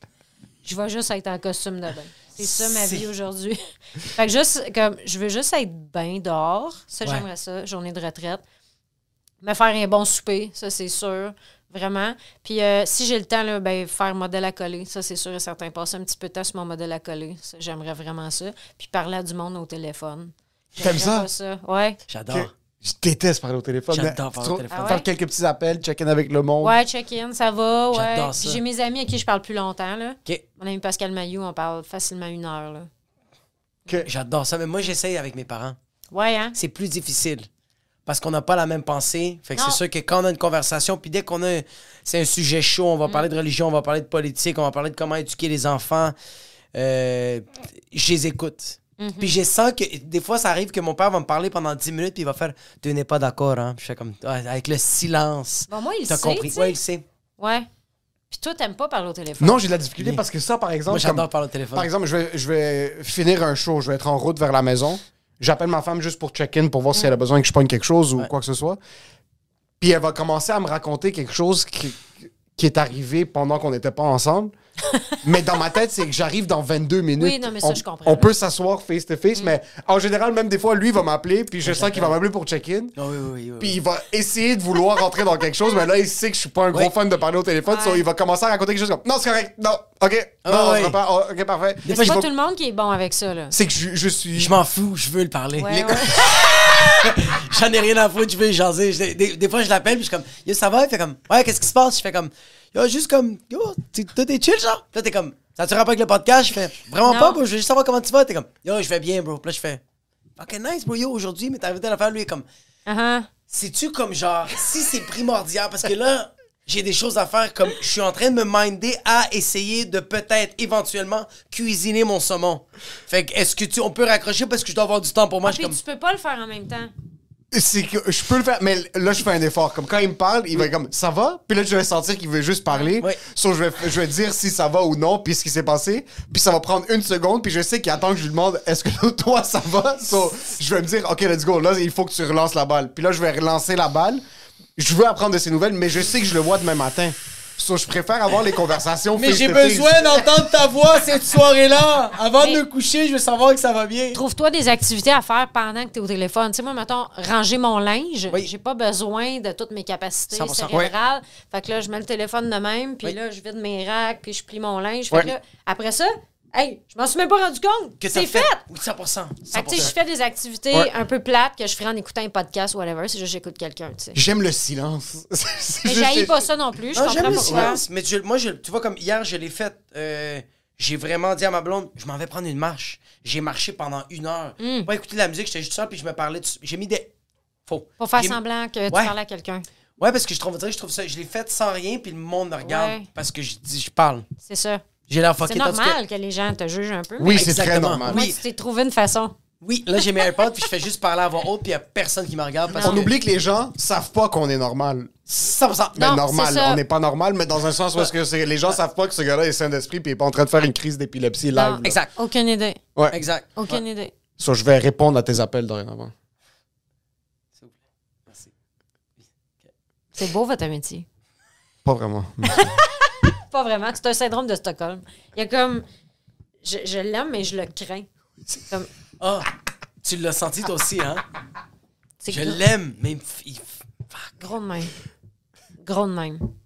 Je vais juste être en costume de bain. C'est ça ma
C'est-
vie aujourd'hui. <laughs> fait que juste, comme, je veux juste être bien dehors. Ça,
Ouais.
j'aimerais ça, journée de retraite. Me faire un bon souper, ça, c'est sûr. Vraiment. Puis euh, si j'ai le temps, là, ben, faire modèle à coller, ça, c'est sûr et certain. Passer un petit peu de temps sur mon modèle à coller, ça, j'aimerais vraiment ça. Puis parler à du monde au téléphone.
T'aimes
J'aimerais
ça?
pas ça? Ouais.
J'adore.
Que- Je déteste parler au téléphone.
J'adore
mais
parler
tu
au
trouves-
téléphone.
Ah ouais?
Faire quelques petits appels, check-in avec le monde.
Ouais, check-in, ça va. Ouais.
J'adore ça.
Puis j'ai mes amis à qui je parle plus longtemps. Là.
Ok.
Mon ami Pascal Mailloux, on parle facilement une heure. Là.
J'adore ça, mais moi, j'essaye avec mes parents.
Ouais, hein?
C'est plus difficile parce qu'on n'a pas la même pensée. Fait que c'est
Non.
sûr que quand on a une conversation, puis dès qu'on a. un- C'est un sujet chaud, on va
Mm.
parler de religion, on va parler de politique, on va parler de comment éduquer les enfants. euh, je les écoute.
Mm-hmm.
Puis je sens que des fois, ça arrive que mon père va me parler pendant 10 minutes, puis il va faire Tu n'es pas d'accord, hein. Puis je fais comme. Ah, avec le silence.
Bon, moi, il
T'as
sait.
compris?
tu sais.
Oui, il sait.
Ouais. Puis toi, t'aimes pas parler au téléphone.
Non, j'ai de la difficulté parce que ça, par exemple.
Moi, j'adore
comme-
parler au téléphone.
Par exemple, je vais, je vais finir un show, je vais être en route vers la maison. J'appelle ma femme juste pour check-in pour voir si elle a besoin que je pogne quelque chose ou quoi que ce soit. Puis elle va commencer à me raconter quelque chose qui, qui est arrivé pendant qu'on n'était pas
<laughs>
ensemble. mais dans ma tête, c'est que j'arrive dans 22 minutes.
Oui, non, mais ça,
on,
je comprends. Mm.
On peut s'asseoir face-to-face, mais en général, même des fois, lui va m'appeler, puis je sens qu'il va m'appeler pour check-in.
Ah oui, oui, oui, oui.
Puis il va essayer de vouloir rentrer dans quelque chose, mais là, il sait que je suis pas un gros
Oui.
fan de parler au téléphone, so il va commencer à raconter quelque chose comme Non, c'est correct, non, ok, non,
Ah
on se
oui.
repart, oh, ok, parfait.
Des
Mais
fois,
C'est
je
pas
vais-
tout le monde qui est bon avec ça, là.
C'est que je, je suis.
Je m'en fous, je veux le parler.
Ouais, ouais.
J'en ai rien à foutre, je veux jaser. Je- des, des fois, je l'appelle, puis je suis comme, yo, ça va? Il fait comme, ouais, qu'est-ce qui se passe? Je fais comme, yo, juste comme, yo, t'es- toi, t'es chill, genre? Puis Là, t'es comme, ça te rapport avec le podcast? Je fais, vraiment
Non.
pas, bro, je veux juste savoir comment tu vas. T'es comme, yo, je vais bien, bro. Puis là, je fais, ok, nice, bro, yo, aujourd'hui, mais t'as invité à l'affaire, lui, il est comme,
<laughs> Uh-huh.
c'est-tu comme genre, si c'est primordial, parce que là, j'ai des choses à faire, comme je suis en train de me minder à essayer de peut-être éventuellement cuisiner mon saumon. Fait que, est-ce que tu, on peut raccrocher parce que je dois avoir du temps pour moi? je suis
Puis
comme,
tu peux pas le faire en même temps.
C'est que je peux le faire, mais là, je fais un effort. Comme quand il me parle, il va comme Ça va? Puis là, je vais sentir qu'il veut juste parler.
Oui.
So, je, vais, je vais dire si ça va ou non, puis ce qui s'est passé. Puis ça va prendre une seconde, puis je sais qu'il attend que je lui demande Est-ce que <laughs> toi, ça va? So, je vais me dire Ok, let's go. Là, il faut que tu relances la balle. Puis là, je vais relancer la balle. Je veux apprendre de ses nouvelles, mais je sais que je le vois demain matin. So, je préfère avoir les conversations
Mais j'ai
face-to-face.
besoin d'entendre ta voix cette soirée-là. Avant de me coucher, je veux savoir que ça va bien.
Trouve-toi des activités à faire pendant que tu es au téléphone. Tu sais, moi, mettons, ranger mon linge, j'ai pas besoin de toutes mes capacités
100%.
cérébrales. Fait que là, je mets le téléphone de même, puis là, je vide mes racks, puis je plie mon linge. Fait que
Ouais.
là, après ça, hey, je m'en suis même pas rendu compte.
Que t'as
C'est fait!
Oui, 100%. 100%.
Fait que, tu sais, je fais des activités
Ouais.
un peu plates que je ferais en écoutant un podcast ou whatever, c'est juste que j'écoute quelqu'un, tu sais.
J'aime le silence. <laughs> C'est
Mais
juste-
j'haïs pas ça non plus, je
Ah,
Non, Ah, j'aime
comprends
le
pourquoi.
silence. Mais tu- moi, je- tu vois, comme hier, je l'ai fait. euh, j'ai vraiment dit à ma blonde, je m'en vais prendre une marche. J'ai marché pendant une heure.
Hmm.
Pas écouter de la musique, j'étais juste ça, puis je me parlais. de- J'ai mis des. Faux.
Pour faire
J'ai-
semblant que tu
Ouais.
parles à quelqu'un.
Ouais, parce que je trouve, on dirait que je trouve ça. Je l'ai fait sans rien, puis le monde me regarde
Ouais.
parce que je dis, je parle.
C'est ça.
J'ai l'air
C'est
fucké. tandis que-
normal que... les gens te jugent un peu.
Oui, c'est très
Exactement.
normal.
Moi,
Oui.
tu t'es trouvé une façon.
Oui, là, j'ai mes AirPods, puis je fais juste parler à voix haute, puis il n'y a personne qui me regarde. Parce
Ah.
On
que-
oublie que les gens savent pas qu'on est normal.
100%.
Mais
Non, c'est
normal,
ça.
on n'est pas normal, mais dans un sens où est-ce que c'est- les gens savent pas que ce gars-là est sain d'esprit puis il est pas en train de faire une crise d'épilepsie live.
Non.
là.
Exact.
Aucune idée.
Ouais.
Exact.
Aucune idée.
So, je vais répondre à tes appels dorénavant.
C'est beau votre métier.
Pas vraiment.
Pas vraiment. C'est un syndrome de Stockholm. Il y a comme. Je, je l'aime, mais je le crains. C'est comme.
Ah, tu l'as senti toi aussi, hein?
C'est
Je
gros,
l'aime, mais il me f- il f- fuck.
gros de même. Gros de même.